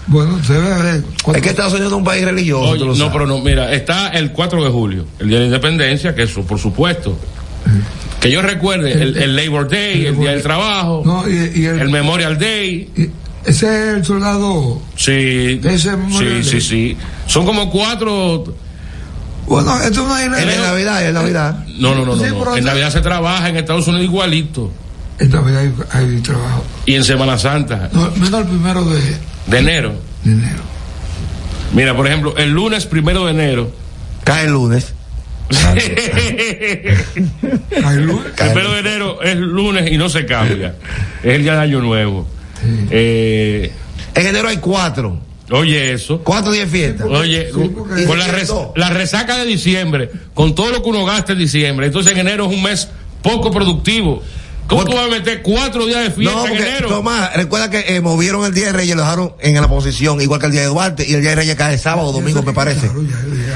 Speaker 2: Bueno, se ve.
Speaker 4: Es que Estados Unidos es un país religioso.
Speaker 1: Oye,
Speaker 4: tú lo
Speaker 1: no,
Speaker 4: sabes.
Speaker 1: pero no, mira, está el 4 de julio, el Día de la Independencia, que eso, por supuesto. Que yo recuerde, el, el Labor Day, el Día del Trabajo,
Speaker 2: No, y- y el-
Speaker 1: el Memorial Day.
Speaker 2: Ese es el soldado.
Speaker 1: Sí, sí, sí, sí. Son como cuatro.
Speaker 2: Bueno, esto es una isla.
Speaker 1: En
Speaker 4: Navidad, en Navidad.
Speaker 1: No, no, no, no,
Speaker 2: Sí,
Speaker 1: no.
Speaker 2: pero-
Speaker 1: En Navidad se trabaja, en Estados Unidos igualito.
Speaker 2: En Navidad hay, hay trabajo.
Speaker 1: Y en Semana Santa,
Speaker 2: No, menos el primero de.
Speaker 1: de enero. Mira, por ejemplo, el lunes primero de enero.
Speaker 4: Cae el lunes.
Speaker 1: El primero de enero es lunes y no se cambia. Es el día de Año Nuevo. Eh,
Speaker 4: En enero hay cuatro.
Speaker 1: Oye, eso.
Speaker 4: ¿Cuántos días fiestas?
Speaker 1: Oye, con la, res- la resaca de diciembre, con todo lo que uno gasta en diciembre. Entonces en enero es un mes poco productivo. ¿Cómo tú vas a meter cuatro días de fiesta
Speaker 4: No,
Speaker 1: en
Speaker 4: porque,
Speaker 1: enero?
Speaker 4: Tomás, recuerda que eh, movieron el Día de Reyes, lo dejaron en la posición, igual que el Día de Duarte, y el Día de Reyes cae sábado o domingo, me parece.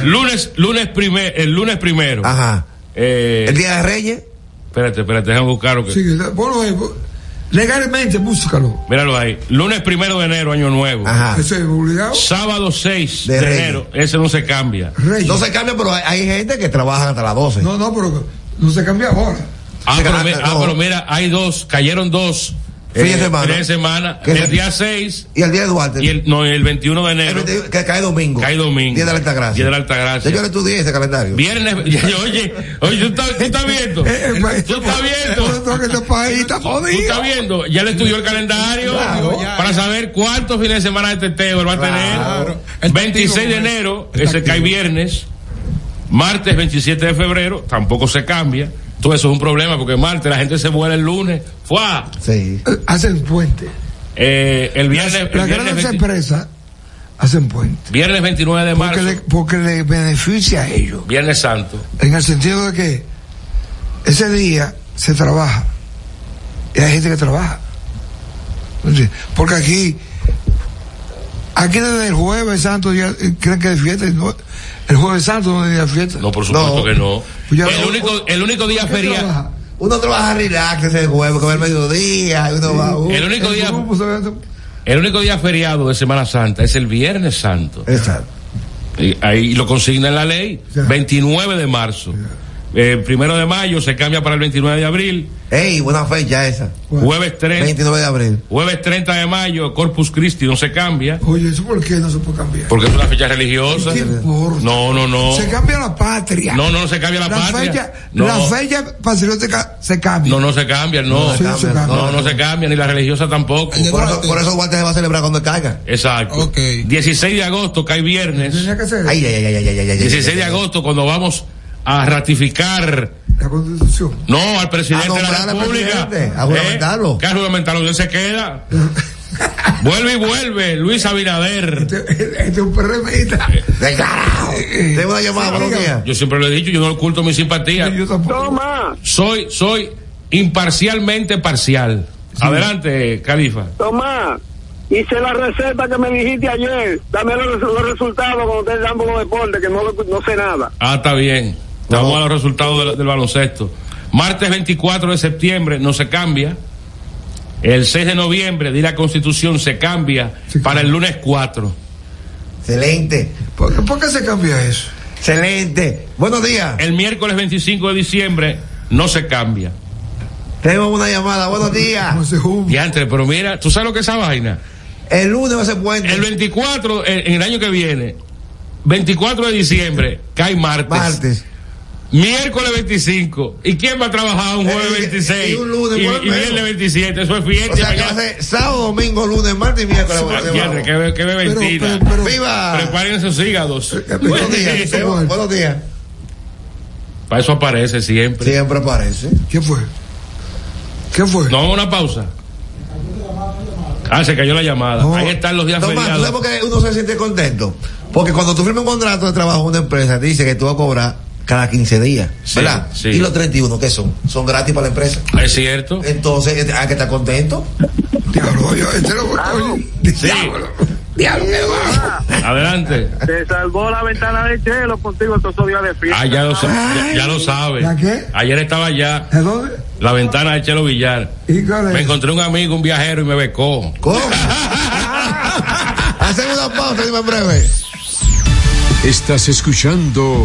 Speaker 1: Lunes, lunes primer, el lunes primero.
Speaker 4: Ajá.
Speaker 1: el
Speaker 4: Día de Reyes.
Speaker 1: Espérate, espérate, déjame buscarlo. Que...
Speaker 2: Sí, la- ponlo ahí, pon- legalmente, búscalo.
Speaker 1: Míralo ahí. Lunes primero de enero, año nuevo.
Speaker 2: Eso es obligado.
Speaker 1: Sábado 6
Speaker 4: De
Speaker 1: de,
Speaker 4: Reyes.
Speaker 1: enero. Ese no se cambia.
Speaker 4: No se cambia, pero hay, hay gente que trabaja hasta las 12.
Speaker 2: No, no, pero no se cambia ahora.
Speaker 1: Ah,
Speaker 4: Se
Speaker 1: pero,
Speaker 4: gana,
Speaker 1: mi- ah,
Speaker 4: no.
Speaker 1: pero mira, hay dos, cayeron dos. eh,
Speaker 4: Fin de semana.
Speaker 1: Fin de semana.
Speaker 4: Que
Speaker 1: El
Speaker 4: se-
Speaker 1: día 6.
Speaker 4: Y el Día de Duarte.
Speaker 1: Y el, no, el 21 de enero.
Speaker 4: que cae domingo.
Speaker 1: Cae domingo.
Speaker 4: Día de la Altagracia.
Speaker 1: Día de la Altagracia.
Speaker 4: Señores, estudié ese calendario.
Speaker 1: Viernes. Oye, oye, tú estás, tú estás viendo.
Speaker 2: Eh, pues,
Speaker 1: Tú estás viendo.
Speaker 2: Todo que este país está
Speaker 1: Tú estás
Speaker 2: jodido.
Speaker 1: viendo. Ya le estudió el calendario para saber cuántos fines de semana de teteo él va a tener. 26 de enero,
Speaker 2: pues.
Speaker 1: ese cae viernes. Martes 27 de febrero, tampoco se cambia. Todo eso es un problema porque martes la gente se muere el lunes. ¡Fua!
Speaker 4: Sí.
Speaker 2: Hacen puente.
Speaker 1: Eh, el viernes, el
Speaker 2: Las
Speaker 1: viernes,
Speaker 2: grandes
Speaker 1: 20
Speaker 2: empresas hacen puente.
Speaker 1: viernes 29 de
Speaker 2: Porque
Speaker 1: marzo,
Speaker 2: le, porque le beneficia a ellos.
Speaker 1: viernes santo.
Speaker 2: En el sentido de que ese día se trabaja. Y hay gente que trabaja. ¿Entiendes? Porque aquí, aquí desde el jueves santo ya eh, creen que es fiesta. y no- el jueves santo no es día de fiesta. Pues
Speaker 1: No, por supuesto que no.
Speaker 2: Ya- Pues
Speaker 1: el, único, el único día
Speaker 2: ¿Por qué
Speaker 1: feriado.
Speaker 2: trabaja?
Speaker 4: Uno trabaja relax ese jueves, comer mediodía, y uno va. uh,
Speaker 1: El único día.
Speaker 2: grupo se ve-
Speaker 1: El único día feriado de Semana Santa es el Viernes Santo.
Speaker 4: Exacto.
Speaker 1: Y ahí lo consigna en la ley, 29 de marzo. El primero de mayo se cambia para el 29 de abril.
Speaker 4: Ey, buena fecha esa.
Speaker 1: Jueves 3,
Speaker 4: 29 de abril.
Speaker 1: jueves 30 de mayo, Corpus Christi no se cambia,
Speaker 2: Oye, ¿eso por qué no se puede cambiar?
Speaker 1: porque es una fecha religiosa.
Speaker 2: ¿Qué importa?
Speaker 1: No, no, no.
Speaker 2: Se cambia la patria.
Speaker 1: No, no, no se cambia la patria.
Speaker 2: Fecha,
Speaker 1: No.
Speaker 2: La fecha patriótica se cambia.
Speaker 1: No, no se cambia, no.
Speaker 4: No se cambia, no.
Speaker 1: No, no se cambia, ni la religiosa tampoco.
Speaker 4: Por eso, por eso Duarte se va a celebrar cuando caiga.
Speaker 1: Exacto. 16 de agosto, cae viernes.
Speaker 2: Tenía que ser
Speaker 4: Ay, ay, ay, ay, ay, ay, ay, ay,
Speaker 1: 16 de
Speaker 4: ay, ay.
Speaker 1: agosto, cuando vamos a ratificar
Speaker 2: la constitución.
Speaker 1: No, al presidente
Speaker 4: A
Speaker 1: de
Speaker 4: nombrar
Speaker 1: la
Speaker 4: al
Speaker 1: República.
Speaker 4: presidente, a juramentarlo.
Speaker 1: Eh, que a juramentarlo, él se queda. vuelve y vuelve, Luis Abinader.
Speaker 2: Este eh, este es un PRMista.
Speaker 4: Del carajo. Tengo una llamada, buenos días.
Speaker 1: Yo siempre lo he dicho, yo no oculto mi simpatía.
Speaker 2: Yo tampoco.
Speaker 5: Toma,
Speaker 1: Soy, soy imparcialmente parcial. Adelante, Califa.
Speaker 5: toma. Hice la receta que me dijiste ayer. Dame los, los resultados cuando ustedes dan por los deportes, que no, no sé nada.
Speaker 1: Ah, está bien. Estamos a los resultados del, del baloncesto. Martes 24 de septiembre no se cambia. El 6 de noviembre, di la constitución, se cambia para el lunes 4.
Speaker 4: Excelente.
Speaker 2: ¿Por qué, por qué se cambia eso?
Speaker 4: Excelente. Buenos días.
Speaker 1: El miércoles 25 de diciembre no se cambia.
Speaker 4: Tenemos una llamada, buenos días.
Speaker 2: No se juzga.
Speaker 1: Diantre, pero mira, ¿tú sabes lo que es esa vaina?
Speaker 4: El lunes va a ser puente.
Speaker 1: El 24, en en el año que viene, 24 de diciembre, cae martes.
Speaker 4: martes.
Speaker 1: Miércoles 25. ¿Y quién va a trabajar un jueves
Speaker 4: Eh, y-
Speaker 1: 26?
Speaker 4: y un lunes,
Speaker 1: y,
Speaker 4: por
Speaker 1: y
Speaker 4: menos.
Speaker 1: viernes 27. Eso es fiesta.
Speaker 4: O sea
Speaker 1: y
Speaker 4: que va a
Speaker 1: mañana- Ah,
Speaker 4: ser sábado, domingo, lunes, martes y miércoles. va a ser,
Speaker 1: Diantre,
Speaker 4: vamos.
Speaker 1: qué, be- qué
Speaker 2: Pero,
Speaker 1: bebentina.
Speaker 2: pero, pero,
Speaker 4: ¡Viva!
Speaker 1: Preparen sus hígados.
Speaker 4: Buenos días. Teo, Buenos días.
Speaker 1: Para eso aparece siempre.
Speaker 4: Siempre aparece.
Speaker 2: ¿Qué fue? ¿Qué fue?
Speaker 1: No, una pausa. Ah, se cayó la llamada. Ahí están los días
Speaker 4: Tomás, ¿tú
Speaker 1: feriados.
Speaker 4: sabes por qué uno se siente contento? Porque cuando tú firmas un contrato de trabajo en una empresa, te dice que tú vas a cobrar cada 15 días, ¿verdad?
Speaker 1: sí.
Speaker 4: Y los 31, ¿qué son? Son gratis para la empresa.
Speaker 1: Es cierto.
Speaker 4: Entonces, hay que estar contento.
Speaker 2: Diablo, qué
Speaker 1: Adelante.
Speaker 5: Se salvó la ventana de chelo contigo estos dos días de fiesta.
Speaker 1: Ah, ya lo, sa- ya, ya lo sabe.
Speaker 5: ¿La qué?
Speaker 1: Ayer estaba allá. La ventana de Chelo Villar. Me encontré un amigo, un viajero y me becó.
Speaker 4: Hacemos una pausa y en breve.
Speaker 6: Estás escuchando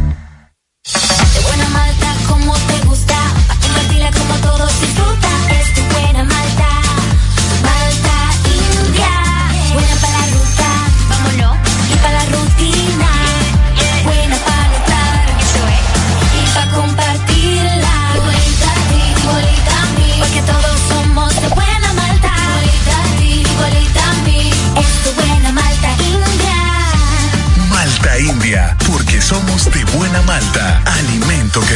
Speaker 8: Tu buena malta como te gusta, pa' compartirla como todos disfruta. Es tu buena malta, malta india. Buena para la ruta, vámonos. Y para la rutina, buena para notar. Y para compartirla, igualita a ti, igualita a mí. Porque todos somos de buena malta, igualita a ti, igualita a mí. Es tu buena malta india.
Speaker 12: Malta India, porque somos de buena malta, alimento que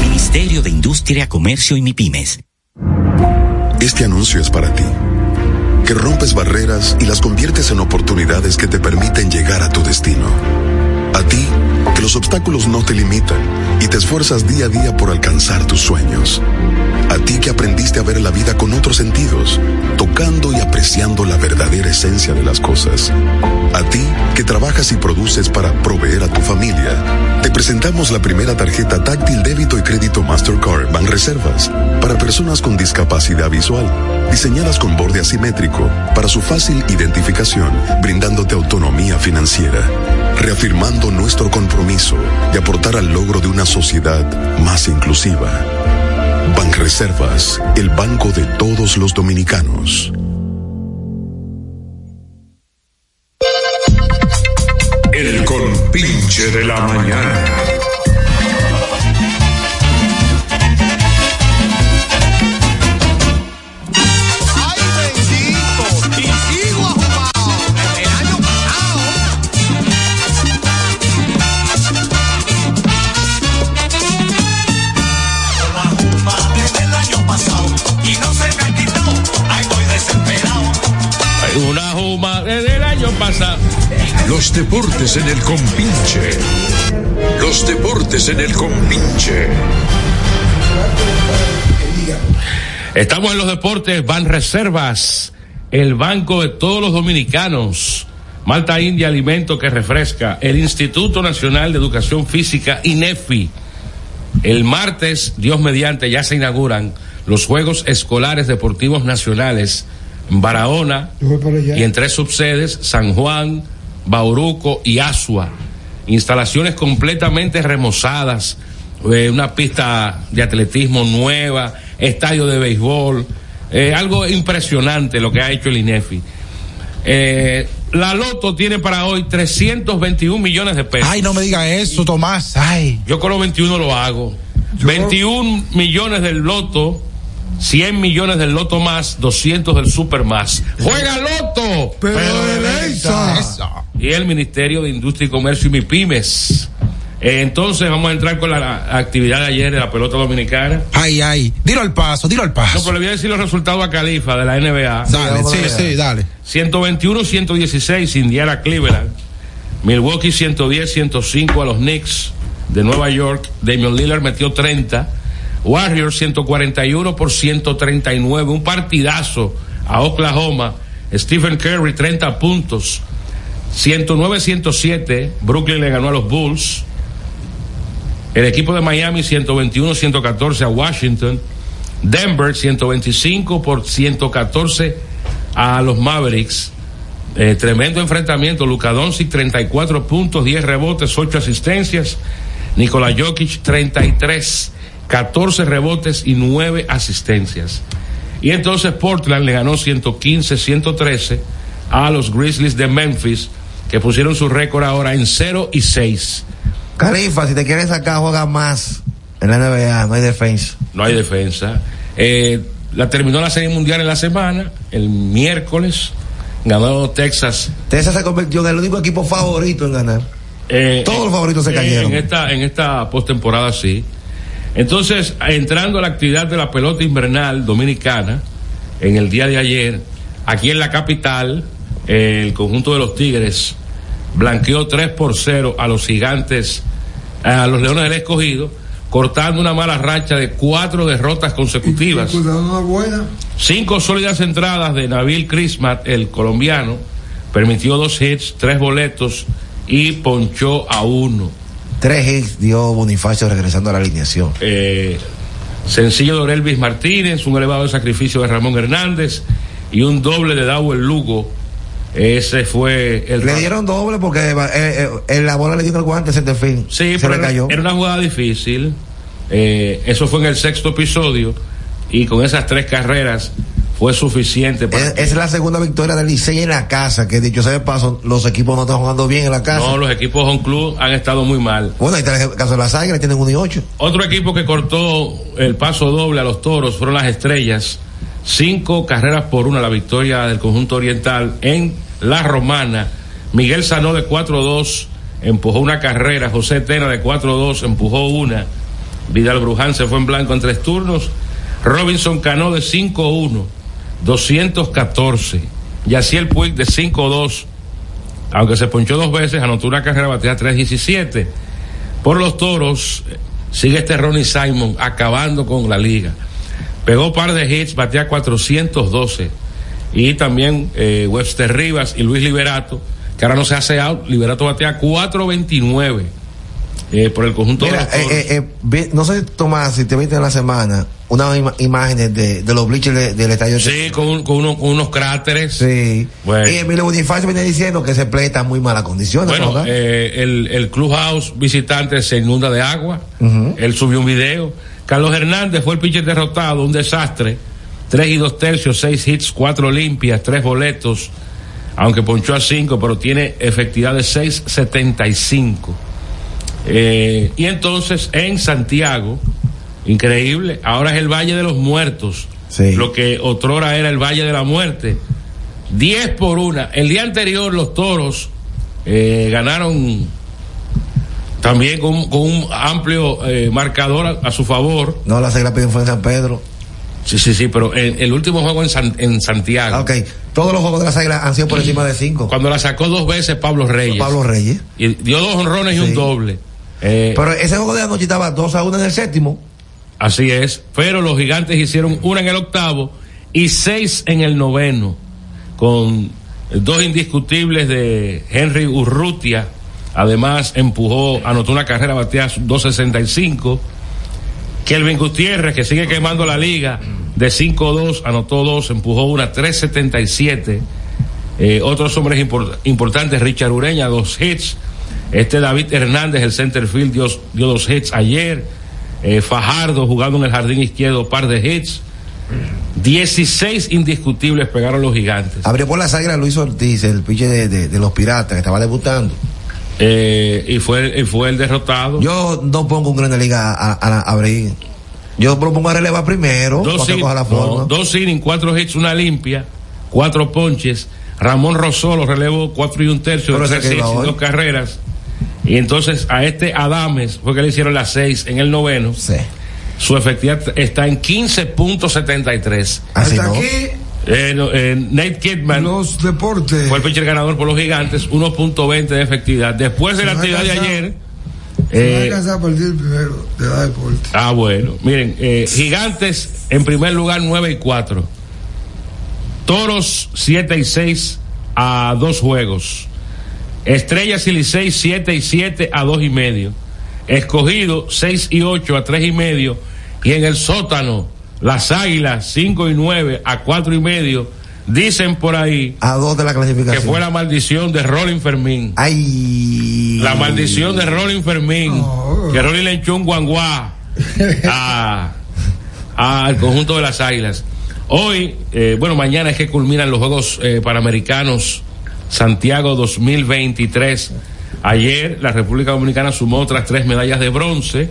Speaker 13: Ministerio de Industria, Comercio y MIPIMES.
Speaker 9: Este anuncio es para ti, que rompes barreras y las conviertes en oportunidades que te permiten llegar a tu destino. A ti, que los obstáculos no te limitan y te esfuerzas día a día por alcanzar tus sueños. A ti que aprendiste a ver la vida con otros sentidos, tocando y apreciando la verdadera esencia de las cosas. A ti que trabajas y produces para proveer a tu familia, te presentamos la primera tarjeta táctil débito y crédito Mastercard Banreservas para personas con discapacidad visual, diseñadas con borde asimétrico para su fácil identificación, brindándote autonomía financiera, reafirmando nuestro compromiso de aportar al logro de una sociedad más inclusiva. Banreservas, el banco de todos los dominicanos.
Speaker 6: El Compinche de la Mañana.
Speaker 12: ah, oh. El año pasado y no se me ha quitado, ahí estoy desesperado.
Speaker 1: Una juma desde el año pasado.
Speaker 6: Los deportes en el Compinche. Los deportes en el Compinche.
Speaker 1: Estamos en los deportes, Van Reservas, el banco de todos los dominicanos. Malta India, alimento que refresca. El Instituto Nacional de Educación Física, INEFI. El martes, Dios mediante, ya se inauguran los Juegos Escolares Deportivos Nacionales en Barahona
Speaker 2: Yo voy para allá.
Speaker 1: y en tres subsedes, San Juan, Bauruco y Asua. Instalaciones completamente remozadas, eh, una pista de atletismo nueva, estadio de béisbol, eh, algo impresionante lo que ha hecho el INEFI. Eh, la Loto tiene para hoy 321 millones de pesos.
Speaker 3: Ay, no me diga eso, Tomás. Ay.
Speaker 1: Yo con los 21 lo hago. 21 millones del loto, 100 millones del loto más, 200 del super más. ¡Juega loto! ¡Pero de
Speaker 2: Leisa!
Speaker 1: Y el Ministerio de Industria y Comercio y MIPIMES. Eh, entonces vamos a entrar con la, la actividad de ayer de la pelota dominicana.
Speaker 3: Ay, ay. Dilo al paso, dilo al
Speaker 1: No,
Speaker 3: paso.
Speaker 1: pero le voy a decir los resultados a Califa de la NBA.
Speaker 3: Dale, sí, sí, dale.
Speaker 1: 121-116, Indiana Cleveland. Milwaukee 110-105 a los Knicks de Nueva York. Damian Lillard metió 30. Warriors 141 por 139. Un partidazo a Oklahoma. Stephen Curry 30 puntos. 109-107. Brooklyn le ganó a los Bulls. El equipo de Miami 121-114 a Washington. Denver 125 por 114 a los Mavericks. Eh, tremendo enfrentamiento. Luka Doncic 34 puntos, 10 rebotes, 8 asistencias. Nikola Jokic 33, 14 rebotes y 9 asistencias. Y entonces Portland le ganó 115-113 a los Grizzlies de Memphis, que pusieron su récord ahora en 0 y 6.
Speaker 4: Califa, si te quieres sacar, juega más en la NBA, no hay defensa.
Speaker 1: No hay defensa. Eh, la terminó la serie mundial en la semana, el miércoles. Ganó Texas.
Speaker 4: Texas se convirtió en el único equipo favorito en ganar.
Speaker 1: Eh,
Speaker 4: Todos los favoritos se
Speaker 1: eh,
Speaker 4: cayeron.
Speaker 1: En esta, en esta postemporada sí. Entonces, entrando a la actividad de la pelota invernal dominicana, en el día de ayer, aquí en la capital, eh, el conjunto de los Tigres blanqueó 3 por 0 a los gigantes, a los Leones del Escogido, cortando una mala racha de cuatro derrotas consecutivas.
Speaker 2: Una buena.
Speaker 1: Cinco sólidas entradas de Nabil Crismat, el colombiano, permitió dos hits, tres boletos y ponchó a uno.
Speaker 4: Tres hits dio Bonifacio regresando a la alineación.
Speaker 1: Eh, sencillo de Orelvis Martínez, un elevado sacrificio de Ramón Hernández y un doble de Dawel Lugo. Ese fue el.
Speaker 4: Le dieron doble porque eh, eh, en la bola le dio en el guante se te fin.
Speaker 1: Sí,
Speaker 4: se
Speaker 1: pero
Speaker 4: le
Speaker 1: era-
Speaker 4: cayó.
Speaker 1: Era una jugada difícil. Eh, eso fue en el sexto episodio y con esas tres carreras fue suficiente para.
Speaker 4: Es la segunda victoria del Licey en la casa, que dicho sea de paso, los equipos no están jugando bien en la casa.
Speaker 1: No, los equipos Home Club han estado muy mal.
Speaker 4: Bueno, ahí está el caso de las águilas, tienen un y ocho.
Speaker 1: Otro equipo que cortó el paso doble a los toros fueron las estrellas. Cinco carreras por una la victoria del conjunto oriental en La Romana. Miguel Sanó de 4-2 empujó una carrera. José Tena de 4-2 empujó una. Vidal Bruján se fue en blanco en tres turnos. Robinson Cano de 5-1, 214. Yaciel Puig de 5-2, aunque se ponchó dos veces, anotó una carrera batea 3-17 por los toros eh, sigue este Ronnie Simon acabando con la liga. Pegó par de hits, batea 412. Y también eh, Webster Rivas y Luis Liberato, que ahora no se hace out. Liberato batea 429 eh, por el conjunto de
Speaker 4: Mira,
Speaker 1: los toros.
Speaker 4: eh, eh, eh, vi- no sé, Tomás, si te viste en la semana, unas ima- imágenes de, de los bleachers de- del estadio.
Speaker 1: Sí, con, un- con uno- con unos cráteres.
Speaker 4: Sí. Eh,
Speaker 1: Bueno.
Speaker 4: Y Emilio Bonifacio viene diciendo que ese play está en muy malas condiciones.
Speaker 1: Bueno,
Speaker 4: ¿verdad?
Speaker 1: eh, el, el clubhouse visitante se inunda de agua.
Speaker 4: Ujú.
Speaker 1: Él subió un video. Carlos Hernández fue el pitcher derrotado, un desastre. Tres y dos tercios, seis hits, cuatro limpias, tres boletos. Aunque ponchó a cinco, pero tiene efectividad de 6.75. Eh, y entonces en Santiago, increíble, ahora es el Valle de los Muertos. Lo que otrora era el Valle de la Muerte. 10 por una. El día anterior los toros eh, ganaron también con, con un amplio eh, marcador a, a su favor.
Speaker 4: No, la segla piden fue en San Pedro.
Speaker 1: Sí, sí, sí, pero el, el último juego en, San- en Santiago.
Speaker 4: Ok, todos los juegos de las águilas han sido por encima de cinco.
Speaker 1: Cuando la sacó dos veces Pablo Reyes.
Speaker 4: Pablo Reyes.
Speaker 1: Y dio dos honrones y un doble. Eh,
Speaker 4: Pero ese juego de anoche estaba 2 a 1 en el séptimo.
Speaker 1: Así es. Pero los gigantes hicieron una en el octavo y seis en el noveno. Con dos indiscutibles de Henry Urrutia. Además, empujó, anotó una carrera, batea 265. Kelvin Gutiérrez, que sigue quemando la liga, de 5-2, anotó dos, empujó una, 3-77. Eh, otros hombres impor- importantes, Richard Ureña, dos hits. Este David Hernández, el center field, dio, dio dos hits ayer. Eh, Fajardo jugando en el jardín izquierdo, par de hits. 16 indiscutibles pegaron los gigantes.
Speaker 4: Abrió por las águilas Luis Ortiz, el pinche de, de- de los piratas que estaba debutando.
Speaker 1: Eh, y, fue, y fue el derrotado.
Speaker 4: Yo no pongo un Grande Liga a, a la- a abrir. Yo propongo a relevar primero.
Speaker 1: Dos,
Speaker 4: para que
Speaker 1: in-
Speaker 4: coja la
Speaker 1: no,
Speaker 4: forma.
Speaker 1: dos innings, cuatro hits, una limpia, cuatro ponches. Ramón Rosolo relevó cuatro y un tercio,
Speaker 4: Pero
Speaker 1: de
Speaker 4: ese
Speaker 1: tres
Speaker 4: que iba
Speaker 1: hits y
Speaker 4: hoy.
Speaker 1: dos carreras. Y entonces a este Adames fue que le hicieron las seis en el noveno. Su efectividad está en 15.73.
Speaker 2: Hasta aquí
Speaker 1: Eh, no, eh, Nate Kidman. Los
Speaker 2: deportes.
Speaker 1: Fue el pitcher ganador por los gigantes, 1.20 de efectividad. Después de
Speaker 2: Se
Speaker 1: la
Speaker 2: va a
Speaker 1: actividad de
Speaker 2: cansar.
Speaker 1: ayer.
Speaker 2: se va
Speaker 1: eh,
Speaker 2: a cansar a partir del primero de edad deporte.
Speaker 1: Ah, bueno. Miren, eh, Gigantes en primer lugar 9 y 4. Toros 7 y 6 a 2 juegos. Estrellas y Licey 7 y 7 a 2 y medio. Escogido 6 y 8 a 3 y medio. Y en el sótano, las Águilas 5 y 9 a 4 y medio. Dicen por ahí
Speaker 4: A dos de la clasificación.
Speaker 1: que fue la maldición de Rolling Fermín.
Speaker 4: Ay. Oh.
Speaker 1: La maldición de Rolling Fermín. Que Rolling le echó un guanguá a- al conjunto de las águilas. Hoy, eh, bueno, mañana es que culminan los Juegos eh, Panamericanos Santiago 2023. Ayer la República Dominicana sumó otras tres medallas de bronce.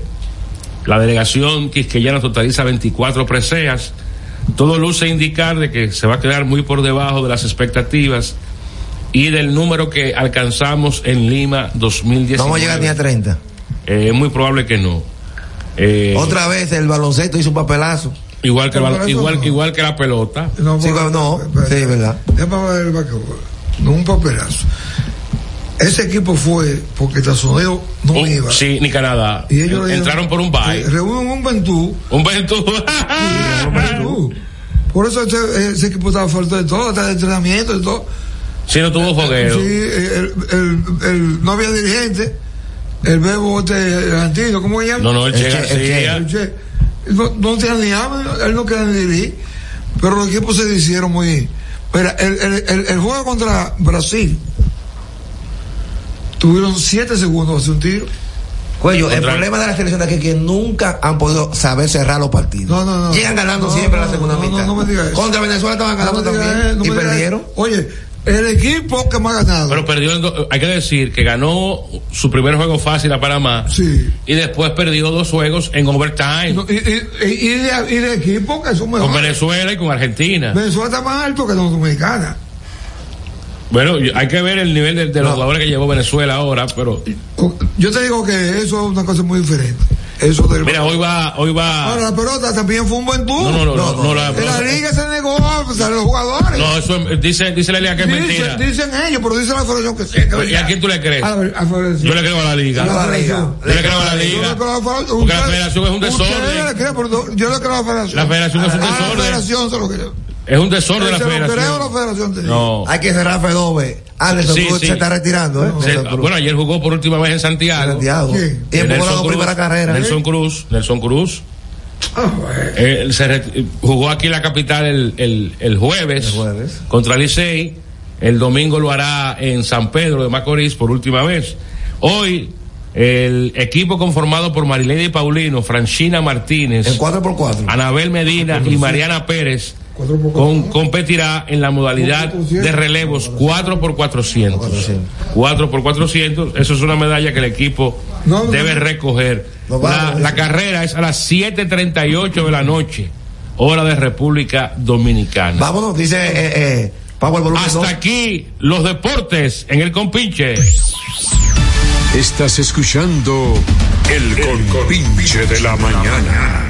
Speaker 1: La delegación quisqueyana totaliza 24 preseas. Todo luce indicar de que se va a quedar muy por debajo de las expectativas y del número que alcanzamos en Lima 2019.
Speaker 4: No vamos a llegar ni a 30.
Speaker 1: Eh, es muy probable que no. Eh,
Speaker 4: Otra vez el baloncesto hizo un papelazo.
Speaker 1: Igual que, el
Speaker 4: Pero
Speaker 1: bal-
Speaker 4: eso
Speaker 1: igual,
Speaker 4: no.
Speaker 1: igual que la pelota.
Speaker 2: No,
Speaker 4: Sí,
Speaker 2: porque-
Speaker 4: no, sí, verdad.
Speaker 2: Es para hablar del basquetbol. No un papelazo. Ese equipo fue porque Estados Unidos no
Speaker 1: Un-
Speaker 2: iba.
Speaker 1: sí, ni Canadá.
Speaker 2: Y ellos le
Speaker 1: Entraron
Speaker 2: dieron-
Speaker 1: por un bye.
Speaker 2: Eh, Reúnen un Ventú.
Speaker 1: Un Ventú.
Speaker 2: Por eso ese, ese equipo estaba falto de todo, hasta de entrenamiento, de todo. Eh,
Speaker 1: Si no tuvo
Speaker 2: Sí,
Speaker 1: fogueo.
Speaker 2: el, el, el- no había dirigente. El bebo este el antiguo, ¿cómo se llama?
Speaker 1: No, no, el Che García.
Speaker 2: El Che. No, no tenía ni hambre, él no quería ni dirigir. Pero los equipos se hicieron muy. Mira, el, el, el, el juego contra Brasil tuvieron 7 segundos hace un tiro.
Speaker 4: Cuello, el
Speaker 2: Contra-
Speaker 4: problema de la selección de aquí es que nunca han podido saber cerrar los partidos.
Speaker 2: No, no, no.
Speaker 4: Llegan ganando
Speaker 2: No,
Speaker 4: siempre a la
Speaker 2: no,
Speaker 4: segunda
Speaker 2: no,
Speaker 4: mitad.
Speaker 2: no, no me digas eso.
Speaker 4: Contra Venezuela estaban
Speaker 2: No
Speaker 4: ganando
Speaker 2: me digas,
Speaker 4: también.
Speaker 2: eh, no
Speaker 4: y
Speaker 2: me digas.
Speaker 4: perdieron.
Speaker 2: Oye, el equipo que más ha ganado.
Speaker 1: Pero perdió, en do- hay que decir que ganó su primer juego fácil a Panamá. Y después perdió dos juegos en overtime.
Speaker 2: No, y, y- y- y de, y de equipo que son
Speaker 1: con
Speaker 2: mejores.
Speaker 1: Venezuela y con Argentina.
Speaker 2: Venezuela está más alto que los dominicanos.
Speaker 1: Bueno, y- hay que ver el nivel de, de los jugadores que llevó Venezuela ahora, pero
Speaker 2: Yo te digo que eso es una cosa muy diferente. Eso del
Speaker 1: mira, hoy va, hoy va.
Speaker 2: Ahora la pelota también fue un buen dúo.
Speaker 1: No, no, no, no, no, la-
Speaker 2: la liga se negó pues, a los jugadores.
Speaker 1: No, eso es- dice, dice la liga que es
Speaker 2: Dicen-
Speaker 1: mentira.
Speaker 2: Dicen ellos, pero dice la federación que sí. que
Speaker 1: ¿Y a quién tú le crees?
Speaker 2: A la- Ah, a la federación.
Speaker 1: Yo le creo a la liga.
Speaker 2: A la
Speaker 1: Yo le
Speaker 2: federación.
Speaker 1: creo a la
Speaker 2: Yo le
Speaker 1: liga.
Speaker 2: creo a la federación.
Speaker 1: Porque la
Speaker 2: Ustedes-
Speaker 1: federación es un
Speaker 2: ustedes
Speaker 1: desorden.
Speaker 2: le creen, pero no- Yo le creo a la federación.
Speaker 1: La federación es un
Speaker 2: A la
Speaker 1: desorden.
Speaker 2: federación se lo creo.
Speaker 1: Es un desorden la
Speaker 2: Se lo creo a
Speaker 1: federación.
Speaker 2: la federación. te digo.
Speaker 1: No.
Speaker 4: Hay que cerrar Fedove. Anderson
Speaker 1: Sí,
Speaker 4: Cruz
Speaker 1: sí.
Speaker 4: se está retirando, ¿eh?
Speaker 1: Se- bueno, ayer jugó por última vez en Santiago.
Speaker 4: Santiago.
Speaker 1: ¿Quién?
Speaker 4: Y empujó
Speaker 1: Nelson
Speaker 4: la dos
Speaker 1: Cruz.
Speaker 4: primeras carreras.
Speaker 1: Nelson Cruz. Nelson Cruz. Eh, se re- jugó aquí en la capital el, el- el jueves, contra Licey. El domingo lo hará en San Pedro de Macorís por última vez. Hoy, el equipo conformado por Marilene Paulino, Franchina Martínez,
Speaker 4: En 4x4.
Speaker 1: Anabel
Speaker 4: Ah,
Speaker 1: Medina y Mariana Pérez con- competirá en la modalidad de relevos 4 por 400. 4 por 400, eso es una medalla que el equipo debe recoger. La, la carrera es a las 7:38 de la noche, hora de República Dominicana.
Speaker 4: Vámonos, dice eh, eh, Pablo el volumen
Speaker 1: Hasta
Speaker 4: dos.
Speaker 1: aquí los deportes en el compinche.
Speaker 6: Estás escuchando el compinche de la mañana.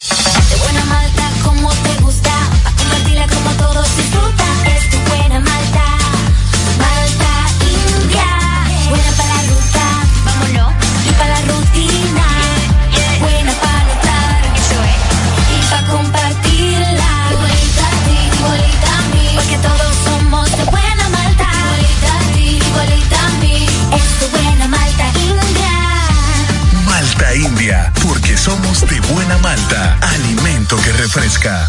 Speaker 8: Qué buena malta, como te gusta. Pa' compartirla como todos disfrutan. Es tu buena malta. Malta India. Buena para la ruta. Vámonos. Y para la rutina. Buena para notar. Eso es. Y para compartirla. Igualita a ti, igualita a mí. Porque todos somos de buena malta. Igualita a ti, igualita a mí. Es tu buena malta India.
Speaker 12: Malta India, porque somos de buena malta, alimento que refresca.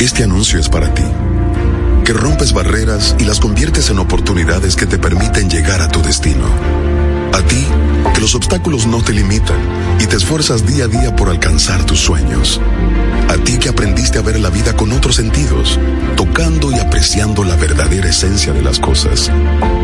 Speaker 9: Este anuncio es para ti, que rompes barreras y las conviertes en oportunidades que te permiten llegar a tu destino. A ti, que los obstáculos no te limitan y te esfuerzas día a día por alcanzar tus sueños. A ti que aprendiste a ver la vida con otros sentidos, tocando y apreciando la verdadera esencia de las cosas.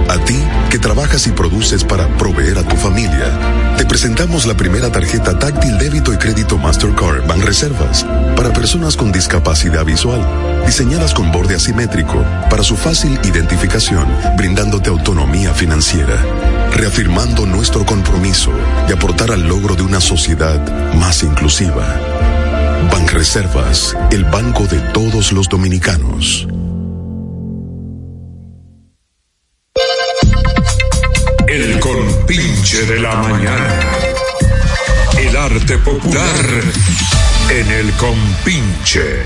Speaker 9: A ti que trabajas y produces para proveer a tu familia, te presentamos la primera tarjeta táctil débito y crédito Mastercard Banreservas para personas con discapacidad visual, diseñadas con borde asimétrico para su fácil identificación, brindándote autonomía financiera, reafirmando nuestro compromiso de aportar al logro de una sociedad más inclusiva. Banreservas, el banco de todos los dominicanos.
Speaker 6: El compinche de la mañana. El arte popular en el compinche.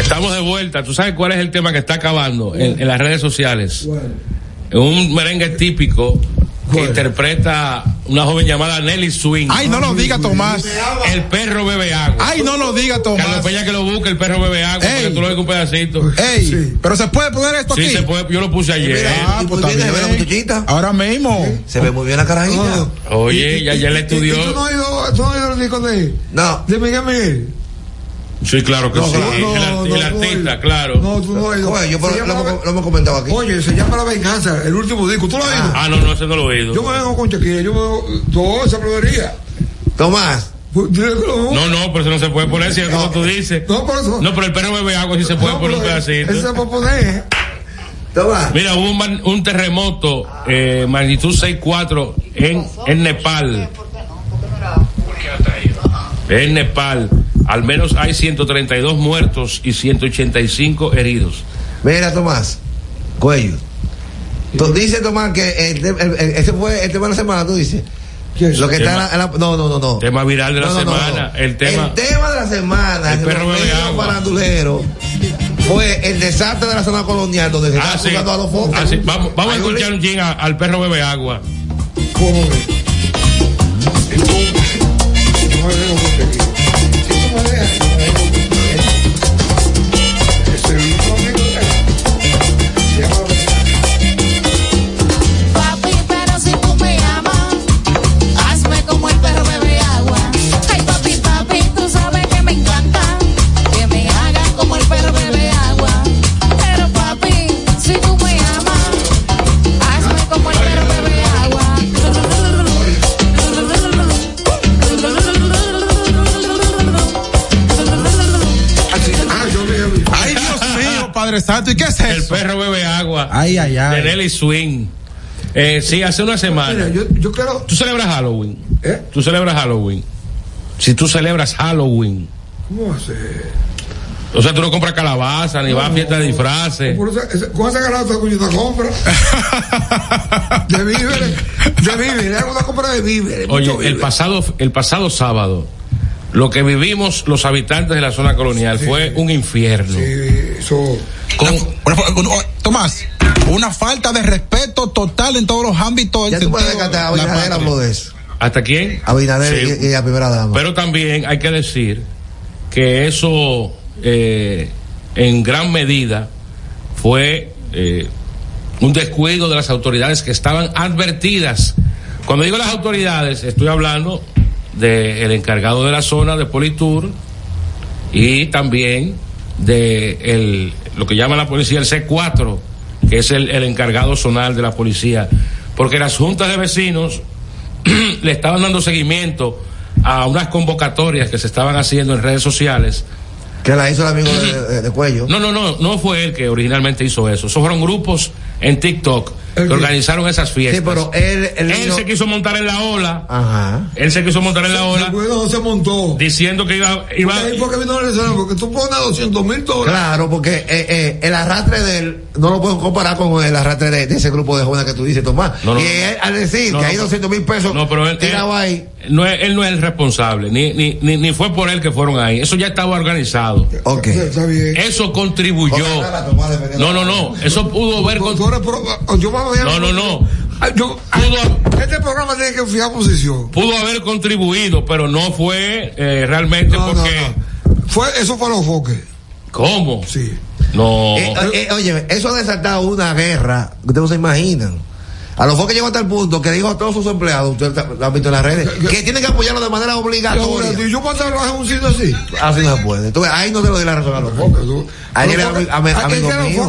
Speaker 1: Estamos de vuelta. ¿Tú sabes cuál es el tema que está acabando en, en las redes sociales? Un merengue típico que interpreta una joven llamada Nelly Swing.
Speaker 3: Ay, no lo diga, Tomás.
Speaker 1: El perro bebe agua.
Speaker 3: Ay, no lo diga, Tomás.
Speaker 1: Carlos Peña que lo busque, el perro bebe agua,
Speaker 3: Ey.
Speaker 1: porque tú lo ves con un pedacito.
Speaker 3: Ey, pero se puede poner esto
Speaker 1: Sí,
Speaker 3: aquí.
Speaker 1: se puede, yo lo puse ayer.
Speaker 3: Ah, pues está bien. Ahora mismo.
Speaker 4: Se ve muy bien la carajilla.
Speaker 1: Oye, ya, ya le estudió.
Speaker 2: ¿Tú no has ido, tú no has ido al disco de,
Speaker 4: No.
Speaker 2: de Miguel Miguel?
Speaker 1: Sí, claro que
Speaker 2: No,
Speaker 1: sí.
Speaker 2: claro,
Speaker 1: El
Speaker 2: no,
Speaker 1: art-
Speaker 2: no,
Speaker 1: el artista,
Speaker 2: no.
Speaker 1: Ah, claro.
Speaker 2: No, tú no has ido.
Speaker 4: Oye, yo
Speaker 2: Se
Speaker 4: por- lo,
Speaker 2: llama la-
Speaker 4: hemos- lo hemos comentado aquí.
Speaker 2: Oye, se llama La Venganza, el último disco. ¿Tú lo has oído?
Speaker 1: Ah, no, no, ese no lo he oído.
Speaker 2: Yo me vengo con Shakira, yo me vengo toda esa plodería.
Speaker 4: Tomás.
Speaker 1: Pues, No, no, pero eso no se puede poner, si es como tú dices.
Speaker 2: No, por eso.
Speaker 1: No, pero el perro bebe agua, si se puede poner un pedacito.
Speaker 2: Ese se puede poner.
Speaker 1: Mira, hubo un, man- un terremoto, eh, magnitud 6.4 en, en Nepal. En Nepal, al menos hay 132 muertos y 185 heridos.
Speaker 4: Mira, Tomás. Cuello. To- dice Tomás que el, te- el- el- ese fue el tema de la semana, tú dices. Lo que está en la- en la- No, no, no, no.
Speaker 1: Tema viral de la
Speaker 4: No, no, no,
Speaker 1: semana, el tema.
Speaker 4: El tema de la semana,
Speaker 1: El
Speaker 4: el
Speaker 1: perro bebe agua.
Speaker 4: parandulero, fue el desastre de la zona colonial donde se
Speaker 1: Ah,
Speaker 4: estaba
Speaker 1: sí.
Speaker 4: jugando a los focos.
Speaker 1: Ah, sí. Vamos, vamos a
Speaker 4: Hay un
Speaker 1: escuchar un jing a- al perro bebe agua.
Speaker 8: Papi, pero si tú me amas, hazme como el perro bebe agua. Ay, papi, papi, tú sabes que me encanta que me hagan como el perro bebe agua. Pero papi, si tú me amas, hazme como el perro bebe agua.
Speaker 2: Ah,
Speaker 3: Ay, Dios mío, Padre Santo. ¿Y qué es
Speaker 1: El
Speaker 3: eso?
Speaker 1: perro bebe agua.
Speaker 3: Ay, ay,
Speaker 1: De
Speaker 3: ay.
Speaker 1: Nelly Swing. Eh, sí, hace una semana.
Speaker 2: Mira, yo, yo quiero.
Speaker 1: ¿Tú celebras Halloween?
Speaker 2: ¿Eh?
Speaker 1: ¿Tú celebras Halloween? Si tú celebras Halloween.
Speaker 2: ¿Cómo va a ser?
Speaker 1: O sea, tú no compras calabaza, ni vas a fiesta de disfraces.
Speaker 2: Por esa- esa- Con esa garrafa que yo te compra. De víveres. De víveres. Hago una compra de víveres. mucho
Speaker 1: Oye, el
Speaker 2: víveres.
Speaker 1: pasado, el pasado sábado, lo que vivimos los habitantes de la zona colonial fue un infierno.
Speaker 2: Eh, Eso.
Speaker 3: Una fa- un- o- Tomás, una falta de respeto total en todos los ámbitos.
Speaker 4: Ya
Speaker 3: del
Speaker 4: tú puedes
Speaker 3: sentido
Speaker 4: descartar,
Speaker 3: de la
Speaker 4: Abinader
Speaker 3: patria.
Speaker 4: habló de eso.
Speaker 1: ¿Hasta quién?
Speaker 4: Abinader
Speaker 1: Sí.
Speaker 4: y, y la primera dama.
Speaker 1: Pero también hay que decir que eso eh, en gran medida fue eh, un descuido de las autoridades que estaban advertidas. Cuando digo las autoridades, estoy hablando del encargado de la zona de Politur y también de el, lo que llama la policía el C4, que es el, el encargado zonal de la policía. Porque las juntas de vecinos le estaban dando seguimiento a unas convocatorias que se estaban haciendo en redes sociales.
Speaker 4: Que la hizo el amigo de, de- de cuello.
Speaker 1: No, no, no, no fue él que originalmente hizo eso. Esos fueron grupos en TikTok que organizaron esas fiestas.
Speaker 4: Sí, pero él- él no-
Speaker 1: pues. se quiso montar en la ola.
Speaker 4: Ajá.
Speaker 1: Él se quiso montar en la ola.
Speaker 2: no se montó.
Speaker 1: Diciendo que iba. iba
Speaker 2: Porque ahí porque vino venezolano, porque tú pones 200 mil dólares.
Speaker 4: Claro, porque eh, eh, el arrastre de él no lo puedo comparar con el arrastre de, de ese grupo de jóvenes que tú dices, Tomás.
Speaker 1: No, no,
Speaker 4: y él, al decir
Speaker 1: no,
Speaker 4: que
Speaker 1: no.
Speaker 4: hay 200 mil pesos
Speaker 1: No, pero él,
Speaker 4: tirado
Speaker 1: él-
Speaker 4: ahí.
Speaker 1: no es, él no es el responsable, ni, ni, ni, ni fue por él que fueron ahí. Eso ya estaba organizado. Eso contribuyó. No, no, no. Eso pudo ver con.
Speaker 2: Yo me voy a-
Speaker 1: No, no, no. Pudo,
Speaker 2: Este programa tiene que fijar posición.
Speaker 1: pudo haber contribuido, pero no fue eh, realmente
Speaker 2: No, no,
Speaker 1: porque.
Speaker 2: Fue, eso fue los foques.
Speaker 1: ¿Cómo?
Speaker 2: Sí.
Speaker 1: No.
Speaker 4: Eh, eh, oye, eso ha desatado una guerra, que ustedes no se imaginan. A lo mejor que llegó hasta el punto que dijo a todos sus empleados, ustedes lo han visto en las redes, que tienen que apoyarlo de manera obligatoria.
Speaker 2: Yo, yo puedo trabajar en un sitio así.
Speaker 4: Así no se puede. Tú ves, ahí no te lo di la razón a los focos. Ayer era ami- ami- amigo mío.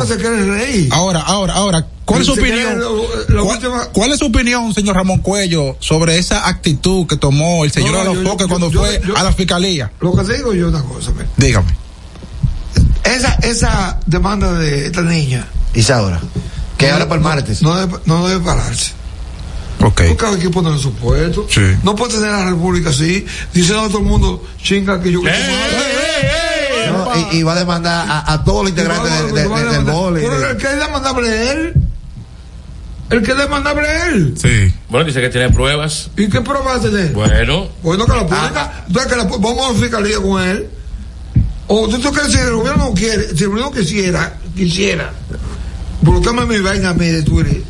Speaker 3: Ahora, ahora, ahora, ¿cuál es su
Speaker 4: Se
Speaker 3: opinión?
Speaker 4: quiere
Speaker 2: la
Speaker 3: ¿Cuál, cuál es su opinión, señor Ramón Cuello, sobre esa actitud que tomó el señor
Speaker 2: No,
Speaker 3: a
Speaker 2: yo-
Speaker 3: los
Speaker 2: yo-
Speaker 3: foques
Speaker 2: yo-
Speaker 3: cuando
Speaker 2: yo-
Speaker 3: fue
Speaker 2: yo-
Speaker 3: a la fiscalía?
Speaker 2: Lo que te digo yo es una cosa. mira.
Speaker 3: Dígame.
Speaker 2: Esa, esa demanda de esta niña.
Speaker 4: Isaura. Que ahora para el martes.
Speaker 2: No, debe, no debe pararse. Porque hay que poner su puesto. No puede tener la República así. Dicen a todo el mundo, chinga, que yo.
Speaker 4: No, y, y va a demandar a, a todos los integrantes de- de- de- del boli.
Speaker 2: Pero el que es demandable es él. El que es demandable es él.
Speaker 3: Sí.
Speaker 1: Bueno, dice que tiene pruebas.
Speaker 2: ¿Y qué pruebas tiene?
Speaker 1: Bueno.
Speaker 2: Bueno, que la pública,
Speaker 14: Ah,
Speaker 2: entonces que la pu- vamos a la fiscalía con él. O tú, tú crees que si el gobierno quiere, si el gobierno quisiera, quisiera, bloquearme mi vaina a mí de Twitter.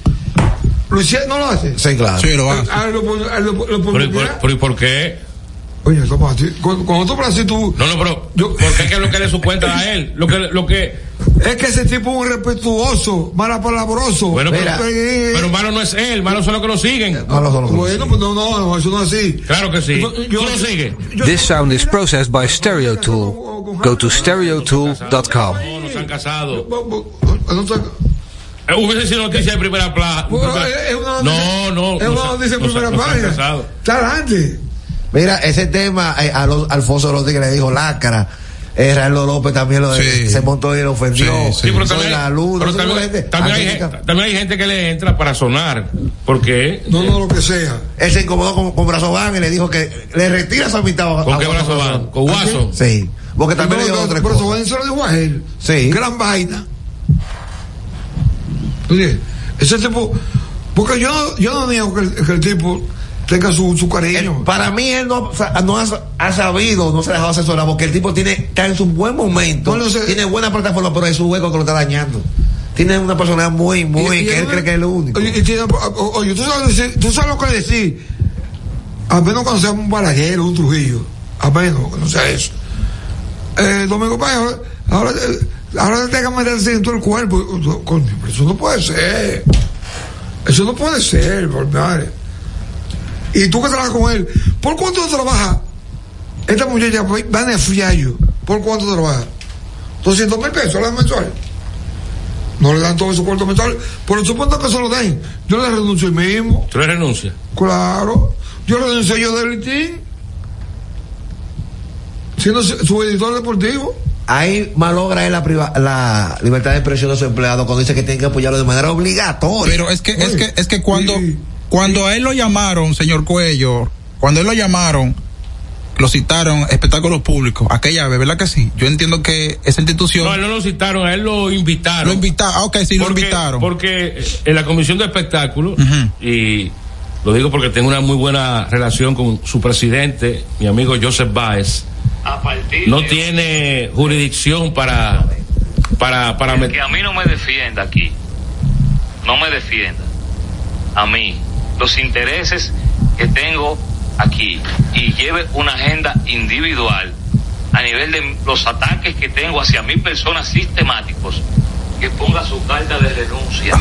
Speaker 2: ¿Lo hiciera- ¿No lo hace?
Speaker 4: Sí, claro.
Speaker 1: Sí, lo hace.
Speaker 2: Ah, lo pon- ah, lo pon- lo
Speaker 1: Pero, ¿y
Speaker 2: pondría.
Speaker 1: por- pero ¿y por qué?
Speaker 2: Oye, toma, tú- cuando, cuando tú hablas así, tú.
Speaker 1: No, no, pero. ¿Por qué que lo que le su cuenta a él? Lo que, lo que.
Speaker 2: Es que ese tipo es un respetuoso, malapalabroso.
Speaker 1: Bueno, pero,
Speaker 2: Eh,
Speaker 1: pero malo no es él, malo son los que lo siguen.
Speaker 2: Bueno, pues no, no, no, eso no es así.
Speaker 1: Claro que sí.
Speaker 2: yo-
Speaker 1: Tú lo sigues.
Speaker 14: This sound is processed by Stereo Tool. Go to stereotool.com.
Speaker 1: No, no se han casado.
Speaker 2: No se-
Speaker 1: Eh, Hubiese sido noticia de primera plaza.
Speaker 2: eh, es una
Speaker 1: No, no.
Speaker 4: es
Speaker 1: no
Speaker 4: una
Speaker 1: se-
Speaker 4: noticia de
Speaker 1: no se-
Speaker 4: primera
Speaker 1: no se han
Speaker 4: página.
Speaker 1: casado.
Speaker 2: Está adelante.
Speaker 4: Mira, ese tema, eh, a los, Alfonso Rodríguez le dijo lácara. Eh, Raúl López también lo se montó y lo ofendió.
Speaker 1: Sí, pero
Speaker 4: Soy
Speaker 1: también,
Speaker 4: la luz.
Speaker 1: pero
Speaker 4: no sé cómo la gente-
Speaker 1: también, también hay,
Speaker 4: Angélica-
Speaker 1: gente- también hay gente que le entra para sonar. Porque.
Speaker 2: No, no, lo que sea.
Speaker 4: Él se incomodó con, con Brazo Van y le dijo que le retira su amistad. a-
Speaker 1: ¿Con
Speaker 4: a
Speaker 1: qué
Speaker 4: Juan
Speaker 1: Brazo Van?
Speaker 4: Juan.
Speaker 1: ¿Con Guaso?
Speaker 4: Sí. Porque también le
Speaker 2: No,
Speaker 4: dio
Speaker 2: no,
Speaker 4: otra
Speaker 2: Pero eso
Speaker 4: cosa.
Speaker 2: Valenzuela dijo a él.
Speaker 4: Sí.
Speaker 2: Gran vaina. Oye, ese tipo. Porque yo, no- yo no niego que el, que el tipo tenga su, su cariño.
Speaker 4: Para mí él no, sa- no ha, ha sabido, no se ha dejado asesorar, porque el tipo tiene, está en su buen momento, tiene buena plataforma, pero es su hueco que lo está dañando. Tiene una personalidad muy, muy,
Speaker 2: Y- y
Speaker 4: que él
Speaker 2: él-
Speaker 4: cree que es lo único.
Speaker 2: Oye, y tiene- o- oye, ¿tú, sabes decir- tú sabes lo que decir. A menos cuando sea un Balaguer o un Trujillo. A menos que no sea eso. Eh, Domingo Páez, ahora, ahora, eh, ahora te dejan meterse en todo el cuerpo. Coño, pero eso no puede ser. Eso no puede ser, por madre. Y tú que trabajas con él, ¿por cuánto trabaja? Esta muchacha pues, va a fiallo. ¿Por cuánto trabaja? 200 mil pesos las mensuales. No le dan todo su cuarto mensual, pero supongo que se lo den. Yo le renuncio el mismo,
Speaker 1: Tú le renuncias.
Speaker 2: claro. Yo renuncio yo del team, siendo su su editor deportivo.
Speaker 4: Ahí malogra él la, priva- la libertad de expresión de su empleado cuando dice que tienen que apoyarlo de manera obligatoria.
Speaker 3: Pero es que, es que, es que cuando, cuando a él lo llamaron, señor Cuello, cuando a él lo llamaron, lo citaron, espectáculos públicos, aquella vez, ¿verdad que sí? Yo entiendo que esa institución.
Speaker 1: No, a él no lo citaron, a él lo invitaron.
Speaker 3: Lo invitaron, ah, ok, sí, lo
Speaker 1: Porque-
Speaker 3: invitaron.
Speaker 1: Porque en la comisión de espectáculos, y lo digo porque tengo una muy buena relación con su presidente, mi amigo Joseph Baez, no tiene jurisdicción para. para, para
Speaker 15: que a mí no me defienda aquí. No me defienda. A mí. Los intereses que tengo aquí. Y lleve una agenda individual a nivel de los ataques que tengo hacia mi persona sistemáticos. Que ponga su carta de renuncia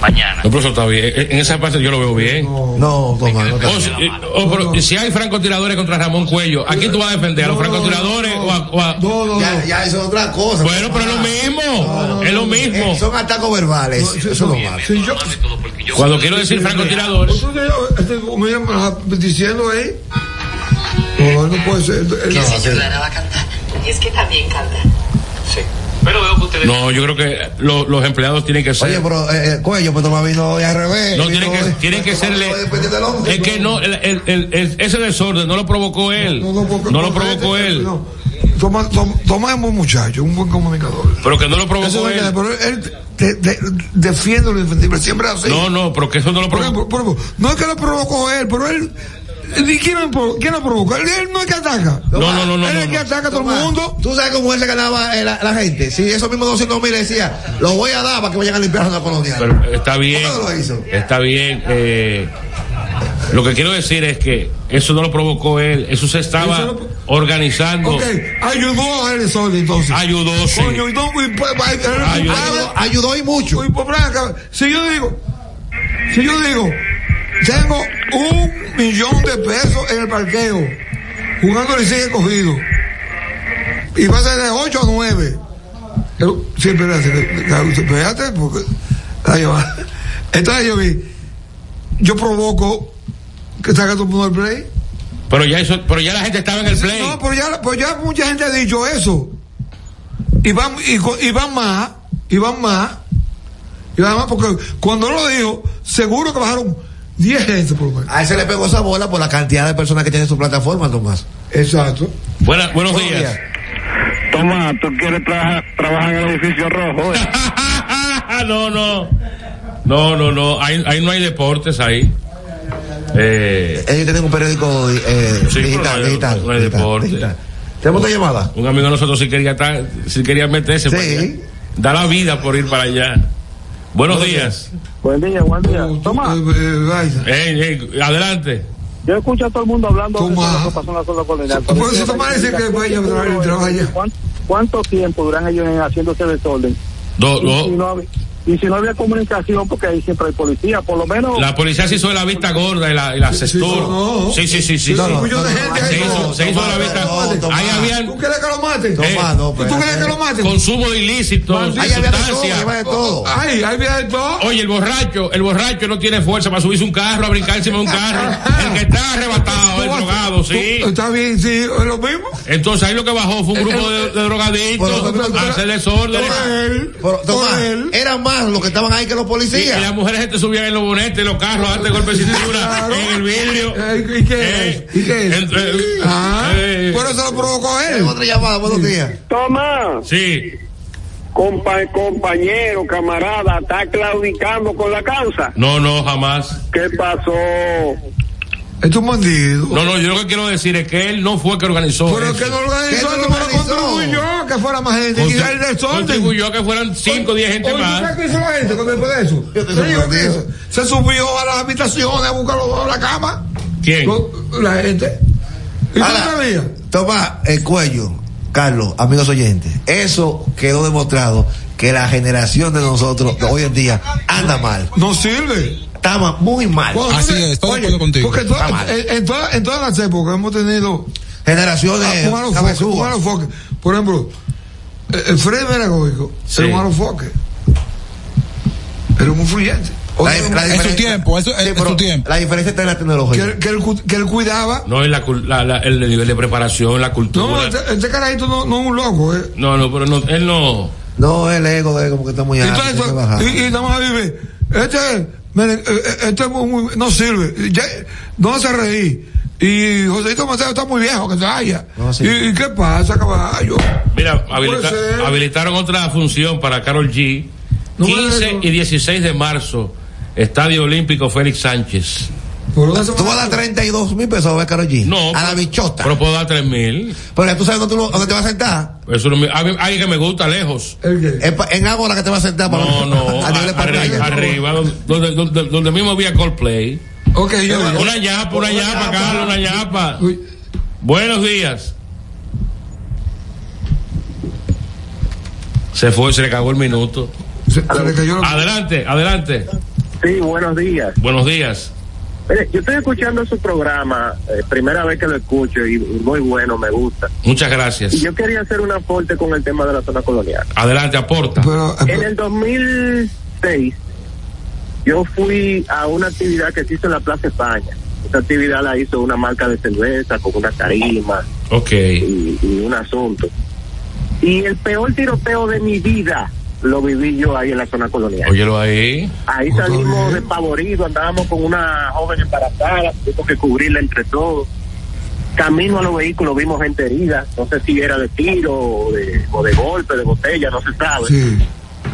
Speaker 15: mañana.
Speaker 1: No, pero eso está bien. Eh, En esa parte yo lo veo bien.
Speaker 4: No, toma, no.
Speaker 1: O si, eh, o, pero si hay francotiradores contra Ramón Cuello, ¿a quién tú vas a defender? ¿A los francotiradores o a.? o a-
Speaker 4: Ya, ya eso es otra cosa.
Speaker 1: Bueno, pero es lo mismo. es lo mismo.
Speaker 4: Eh, son atacos verbales. eso no vale.
Speaker 1: Cuando quiero decir francotiradores.
Speaker 2: Mira, este, me lo está diciendo ahí. No, no puede ser. Él- él-
Speaker 16: Ciudadana va a cantar. Y es que también canta.
Speaker 15: Sí. Pero veo que ustedes.
Speaker 1: No, yo creo que lo- los empleados tienen que ser.
Speaker 4: Oye, pero eh, eh, cuello, pues toma vino hoy al revés. eh,
Speaker 1: No,
Speaker 4: vino
Speaker 1: tienen que,
Speaker 4: hoy.
Speaker 1: tienen que serle. Es que no, el- el- el- el- ese desorden no lo provocó él. No, lo provocó él.
Speaker 2: este Toma, tom- tomemos, muchacho, un buen comunicador.
Speaker 1: Pero que no lo provocó
Speaker 2: Eso no
Speaker 1: él.
Speaker 2: queda, pero él de- de- defiende lo indefendible, siempre es así.
Speaker 1: No, no, pero que eso no lo
Speaker 2: Por ejemplo, por ejemplo, no es que lo provocó él, pero él. ¿y ¿Quién lo, provo- quién lo provocó? Él, él no es que ataca.
Speaker 4: Tomás,
Speaker 2: Él es el que ataca a todo el
Speaker 4: Tomás,
Speaker 2: mundo.
Speaker 4: Tú sabes cómo él se ganaba eh, la, la gente. Si esos mismos 200 mil decía, lo voy a dar para que vayan a limpiar la colonia.
Speaker 1: Pero está bien.
Speaker 4: ¿Por qué no lo hizo?
Speaker 1: Está bien. eh, lo que quiero decir es que eso no lo provocó él. Eso se estaba
Speaker 2: Eso
Speaker 1: organizando.
Speaker 2: Ok, ayudó a él solo entonces.
Speaker 1: Ayudó, sí.
Speaker 2: Coño, y no, y, pues, va-
Speaker 1: Ayudó.
Speaker 2: Ah, y mucho. Y, pues, Blanca, si yo digo, si yo digo, tengo un millón de pesos en el parqueo, jugando el sigue cogido, y va a ser de 8 a 9. Siempre le hace, claro, espérate, porque. ahí va. Entonces yo vi, yo provoco que salga todo el mundo del play.
Speaker 1: Pero ya eso, pero ya la gente estaba en el play.
Speaker 2: No, pero ya, pues ya mucha gente ha dicho eso. Y van, y, co- y van más, y van más, y van más, porque cuando lo dijo, seguro que bajaron 10 gente por lo menos.
Speaker 4: A él se le pegó esa bola por la cantidad de personas que tienen su plataforma, Tomás.
Speaker 2: Exacto.
Speaker 1: Buenas, buenos días.
Speaker 16: Toma, tú quieres trabajar trabajar en el edificio rojo. eh?
Speaker 1: Ah, no, no. No, no, no. Ahí, ahí no hay deportes ahí. Eh,
Speaker 4: Ellos tienen un periódico eh,
Speaker 1: Sí,
Speaker 4: digital,
Speaker 1: pero no hay-
Speaker 4: digital.
Speaker 1: no hay
Speaker 4: digital,
Speaker 1: deporte.
Speaker 4: digital. ¿Tenemos otra llamada?
Speaker 1: Un amigo de nosotros si quería, estar- sí quería meterse. para allá. Da la vida por ir para allá. Buenos, días.
Speaker 5: Buen día, buen día. Toma,
Speaker 1: eh, Ey, ey, adelante.
Speaker 5: yo escucho a todo el mundo hablando de lo que pasó en la zona colonial.
Speaker 1: Por eso Tomás
Speaker 5: Pero
Speaker 1: dice que
Speaker 5: ¿cuánto
Speaker 1: vaya a
Speaker 5: tiempo
Speaker 1: trabajar y
Speaker 5: duró
Speaker 1: trabaja
Speaker 5: eso? ¿Cuán- ¿Cuánto tiempo duran ellos en haciéndose desorden?
Speaker 1: Do-
Speaker 5: y,
Speaker 1: do-
Speaker 5: Si no, hab- y si no había comunicación, porque ahí siempre hay policía, por lo menos.
Speaker 1: La policía se hizo de la vista gorda y la, y la cestura. Sí, sí, sí, sí.
Speaker 5: No,
Speaker 1: sí.
Speaker 5: no, no,
Speaker 1: se hizo, se hizo de la vista gorda. Ahí habían.
Speaker 2: Ah, ¿Tú quieres que lo maten?
Speaker 1: eh, Consumo de ilícito.
Speaker 2: Maldito.
Speaker 1: de
Speaker 2: Ahí había de todo,
Speaker 1: sustancia. Oh,
Speaker 2: ahí había de todo. Ay, ahí había de todo.
Speaker 1: Oye, el borracho, el borracho no tiene fuerza para subirse a un carro, a brincar encima de un carro. El que está arrebatado, el drogado, sí.
Speaker 2: Está bien, sí, es lo mismo.
Speaker 1: Entonces ahí lo que bajó fue un grupo de, de drogaditos a hacer desórdenes.
Speaker 4: Pero, Tomás, eran más los que estaban ahí que los
Speaker 1: Y,
Speaker 4: policías.
Speaker 1: y las mujeres gente subían en los bonetes, en los carros, antes de golpes de cintura, en el vidrio.
Speaker 2: ¿Y qué
Speaker 1: es? ¿Y qué es? Ah, eh,
Speaker 2: Por eso lo provocó él.
Speaker 4: Tenemos otra llamada, buenos días.
Speaker 16: Toma.
Speaker 1: Sí.
Speaker 16: Compa- compañero, camarada, está claudicando con la causa.
Speaker 1: No, no, jamás.
Speaker 16: ¿Qué pasó?
Speaker 2: Es un bandido.
Speaker 1: No, no, yo lo que quiero decir es que él no fue que organizó.
Speaker 2: Pero
Speaker 1: eso.
Speaker 2: que no lo organizó, que no lo contribuyó, que fuera más gente. Y el desorden.
Speaker 1: Contribuyó que fueran 5 o 10 gente
Speaker 2: Oye, ¿tú
Speaker 1: más.
Speaker 2: sabes qué hizo la gente cuando después de eso? Te digo que eso. Se subió a las habitaciones a buscar los dos la cama.
Speaker 1: ¿Quién?
Speaker 2: La gente. Este. ¿Y tú sabías?
Speaker 4: Tomás, el cuello, Carlos, amigos oyentes, eso quedó demostrado que la generación de nosotros de hoy en día anda mal.
Speaker 2: No sirve.
Speaker 4: Está ma- muy mal.
Speaker 2: Bueno, entonces, oye, Porque en todas-
Speaker 4: Está mal.
Speaker 2: en, en todas- en todas las épocas hemos tenido
Speaker 4: Generaciones
Speaker 2: Ah, un malo
Speaker 4: cabezúas.
Speaker 2: foque, un malo foque. Por ejemplo, eh, eh, Fred Veragoico
Speaker 4: Sí.
Speaker 2: era un malo foque. Era muy influyente.
Speaker 4: La- la En su diferencia- tiempo, eso- Sí, en- en pero su tiempo. La diferencia está en la tecnología.
Speaker 2: Que, él- que él, cu- que él cuidaba.
Speaker 1: No, en la, cul- la- la- el nivel de preparación, la
Speaker 2: No,
Speaker 1: cultura.
Speaker 2: este, este carajito no, no es un loco. eh.
Speaker 1: No, no, pero no, él no.
Speaker 4: No, el ego de ego, porque está muy
Speaker 2: Y,
Speaker 4: alto.
Speaker 2: todo
Speaker 4: tiene que
Speaker 2: esto-
Speaker 4: bajar.
Speaker 2: y, y nada más vive. Este, miren, eh, eh, este es muy- muy- no sirve. Ya, no se reí. Y Joséito Mateo está muy viejo, que se vaya.
Speaker 1: sí.
Speaker 2: ¿Y, y qué pasa, caballo?
Speaker 1: Mira, habilita-
Speaker 2: Puede ser.
Speaker 1: habilitaron otra función para Carol G.
Speaker 2: No me
Speaker 1: 15 y 16 de marzo, Estadio Olímpico Félix Sánchez.
Speaker 4: Tú vas a dar 32 mil pesos a ver Karol G.
Speaker 1: No,
Speaker 4: a la bichota.
Speaker 1: Pero puedo dar 3 mil.
Speaker 4: Pero ya tú sabes dónde, tú lo- dónde te vas a sentar.
Speaker 1: Eso no me- a mí- alguien que me gusta lejos.
Speaker 4: Es pa- En Ágora que te vas a sentar. para-
Speaker 1: No, no.
Speaker 4: a nivel de
Speaker 1: a-
Speaker 4: pantalla.
Speaker 1: arri- Arriba, donde, donde, donde mismo había Coldplay.
Speaker 2: Ok,
Speaker 4: yo-
Speaker 1: Una yapa, una yapa, Carlos, una yapa. Buenos días. Se fue, Pues se le cagó el minuto. Adelante, adelante.
Speaker 16: Sí, buenos días.
Speaker 1: Buenos días.
Speaker 16: Mire, yo estoy escuchando su programa, eh, primera vez que lo escucho y y muy bueno, me gusta.
Speaker 1: Muchas gracias.
Speaker 16: Y yo quería hacer un aporte con el tema de la zona colonial.
Speaker 1: Adelante, aporta.
Speaker 16: En el 2006, yo fui a una actividad que se hizo en la Plaza España. Esta actividad la hizo una marca de cerveza con una tarima
Speaker 1: Ok.
Speaker 16: y un asunto.
Speaker 5: Y el peor tiroteo de mi vida lo viví yo ahí en la zona colonial.
Speaker 1: Óyelo ahí.
Speaker 5: Ahí salimos despavoridos, andábamos con una joven embarazada, tuvimos que cubrirla entre todos. Camino a los vehículos vimos gente herida, no sé si era de tiro o de, o de golpe, de botella, no se sabe.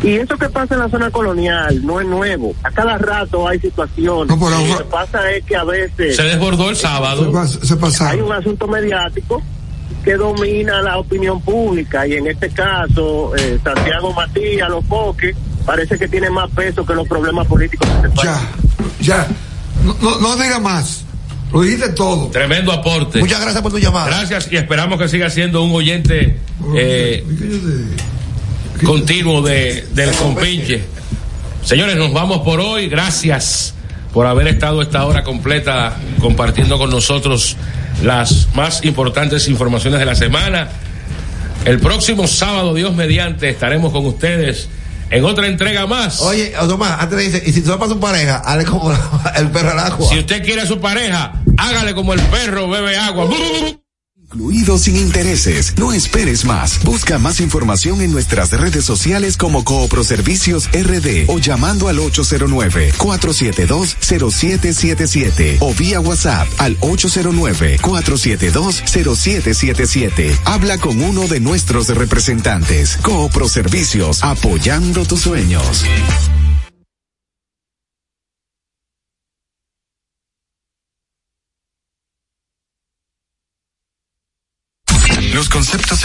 Speaker 5: Y eso que pasa en la zona colonial no es nuevo. A cada rato hay situaciones. lo que pasa es que a veces...
Speaker 1: Se desbordó el sábado.
Speaker 2: Se pasaron.
Speaker 5: Hay un asunto mediático que domina la opinión pública y en este caso eh, Santiago Matías, los coques, parece que tiene más peso que los problemas políticos. de este país.
Speaker 2: Ya. No, no, no diga más. Lo dijiste todo.
Speaker 1: Tremendo aporte.
Speaker 2: Muchas gracias por tu llamada.
Speaker 1: Gracias y esperamos que siga siendo un oyente eh,
Speaker 2: Este,
Speaker 1: continuo de, del compinche. Señores, nos vamos por hoy. Gracias por haber estado esta hora completa compartiendo con nosotros las más importantes informaciones de la semana. El próximo sábado, Dios mediante, estaremos con ustedes en otra entrega más.
Speaker 17: Oye, Tomás, antes de irse, y si tú vas para su pareja, hazle como la- el perro al agua.
Speaker 1: Si usted quiere a su pareja, hágale como el perro bebe agua.
Speaker 12: Incluido sin intereses. No esperes más. Busca más información en nuestras redes sociales como Coproservicios RD o llamando al 809-472-0777 o vía WhatsApp al 809-472-0777. Habla con uno de nuestros representantes. Coproservicios, apoyando tus sueños.
Speaker 18: Los conceptos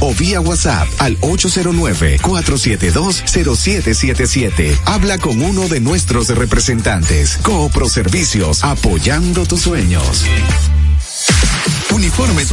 Speaker 12: o vía WhatsApp al 809-472-0777. Habla con uno de nuestros representantes. Coopro Servicios, apoyando tus sueños.
Speaker 18: Uniformes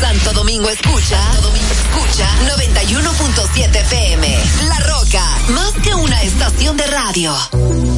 Speaker 19: Santo Domingo escucha, Santo Domingo escucha 91.7 FM. La Roca, más que una estación de radio.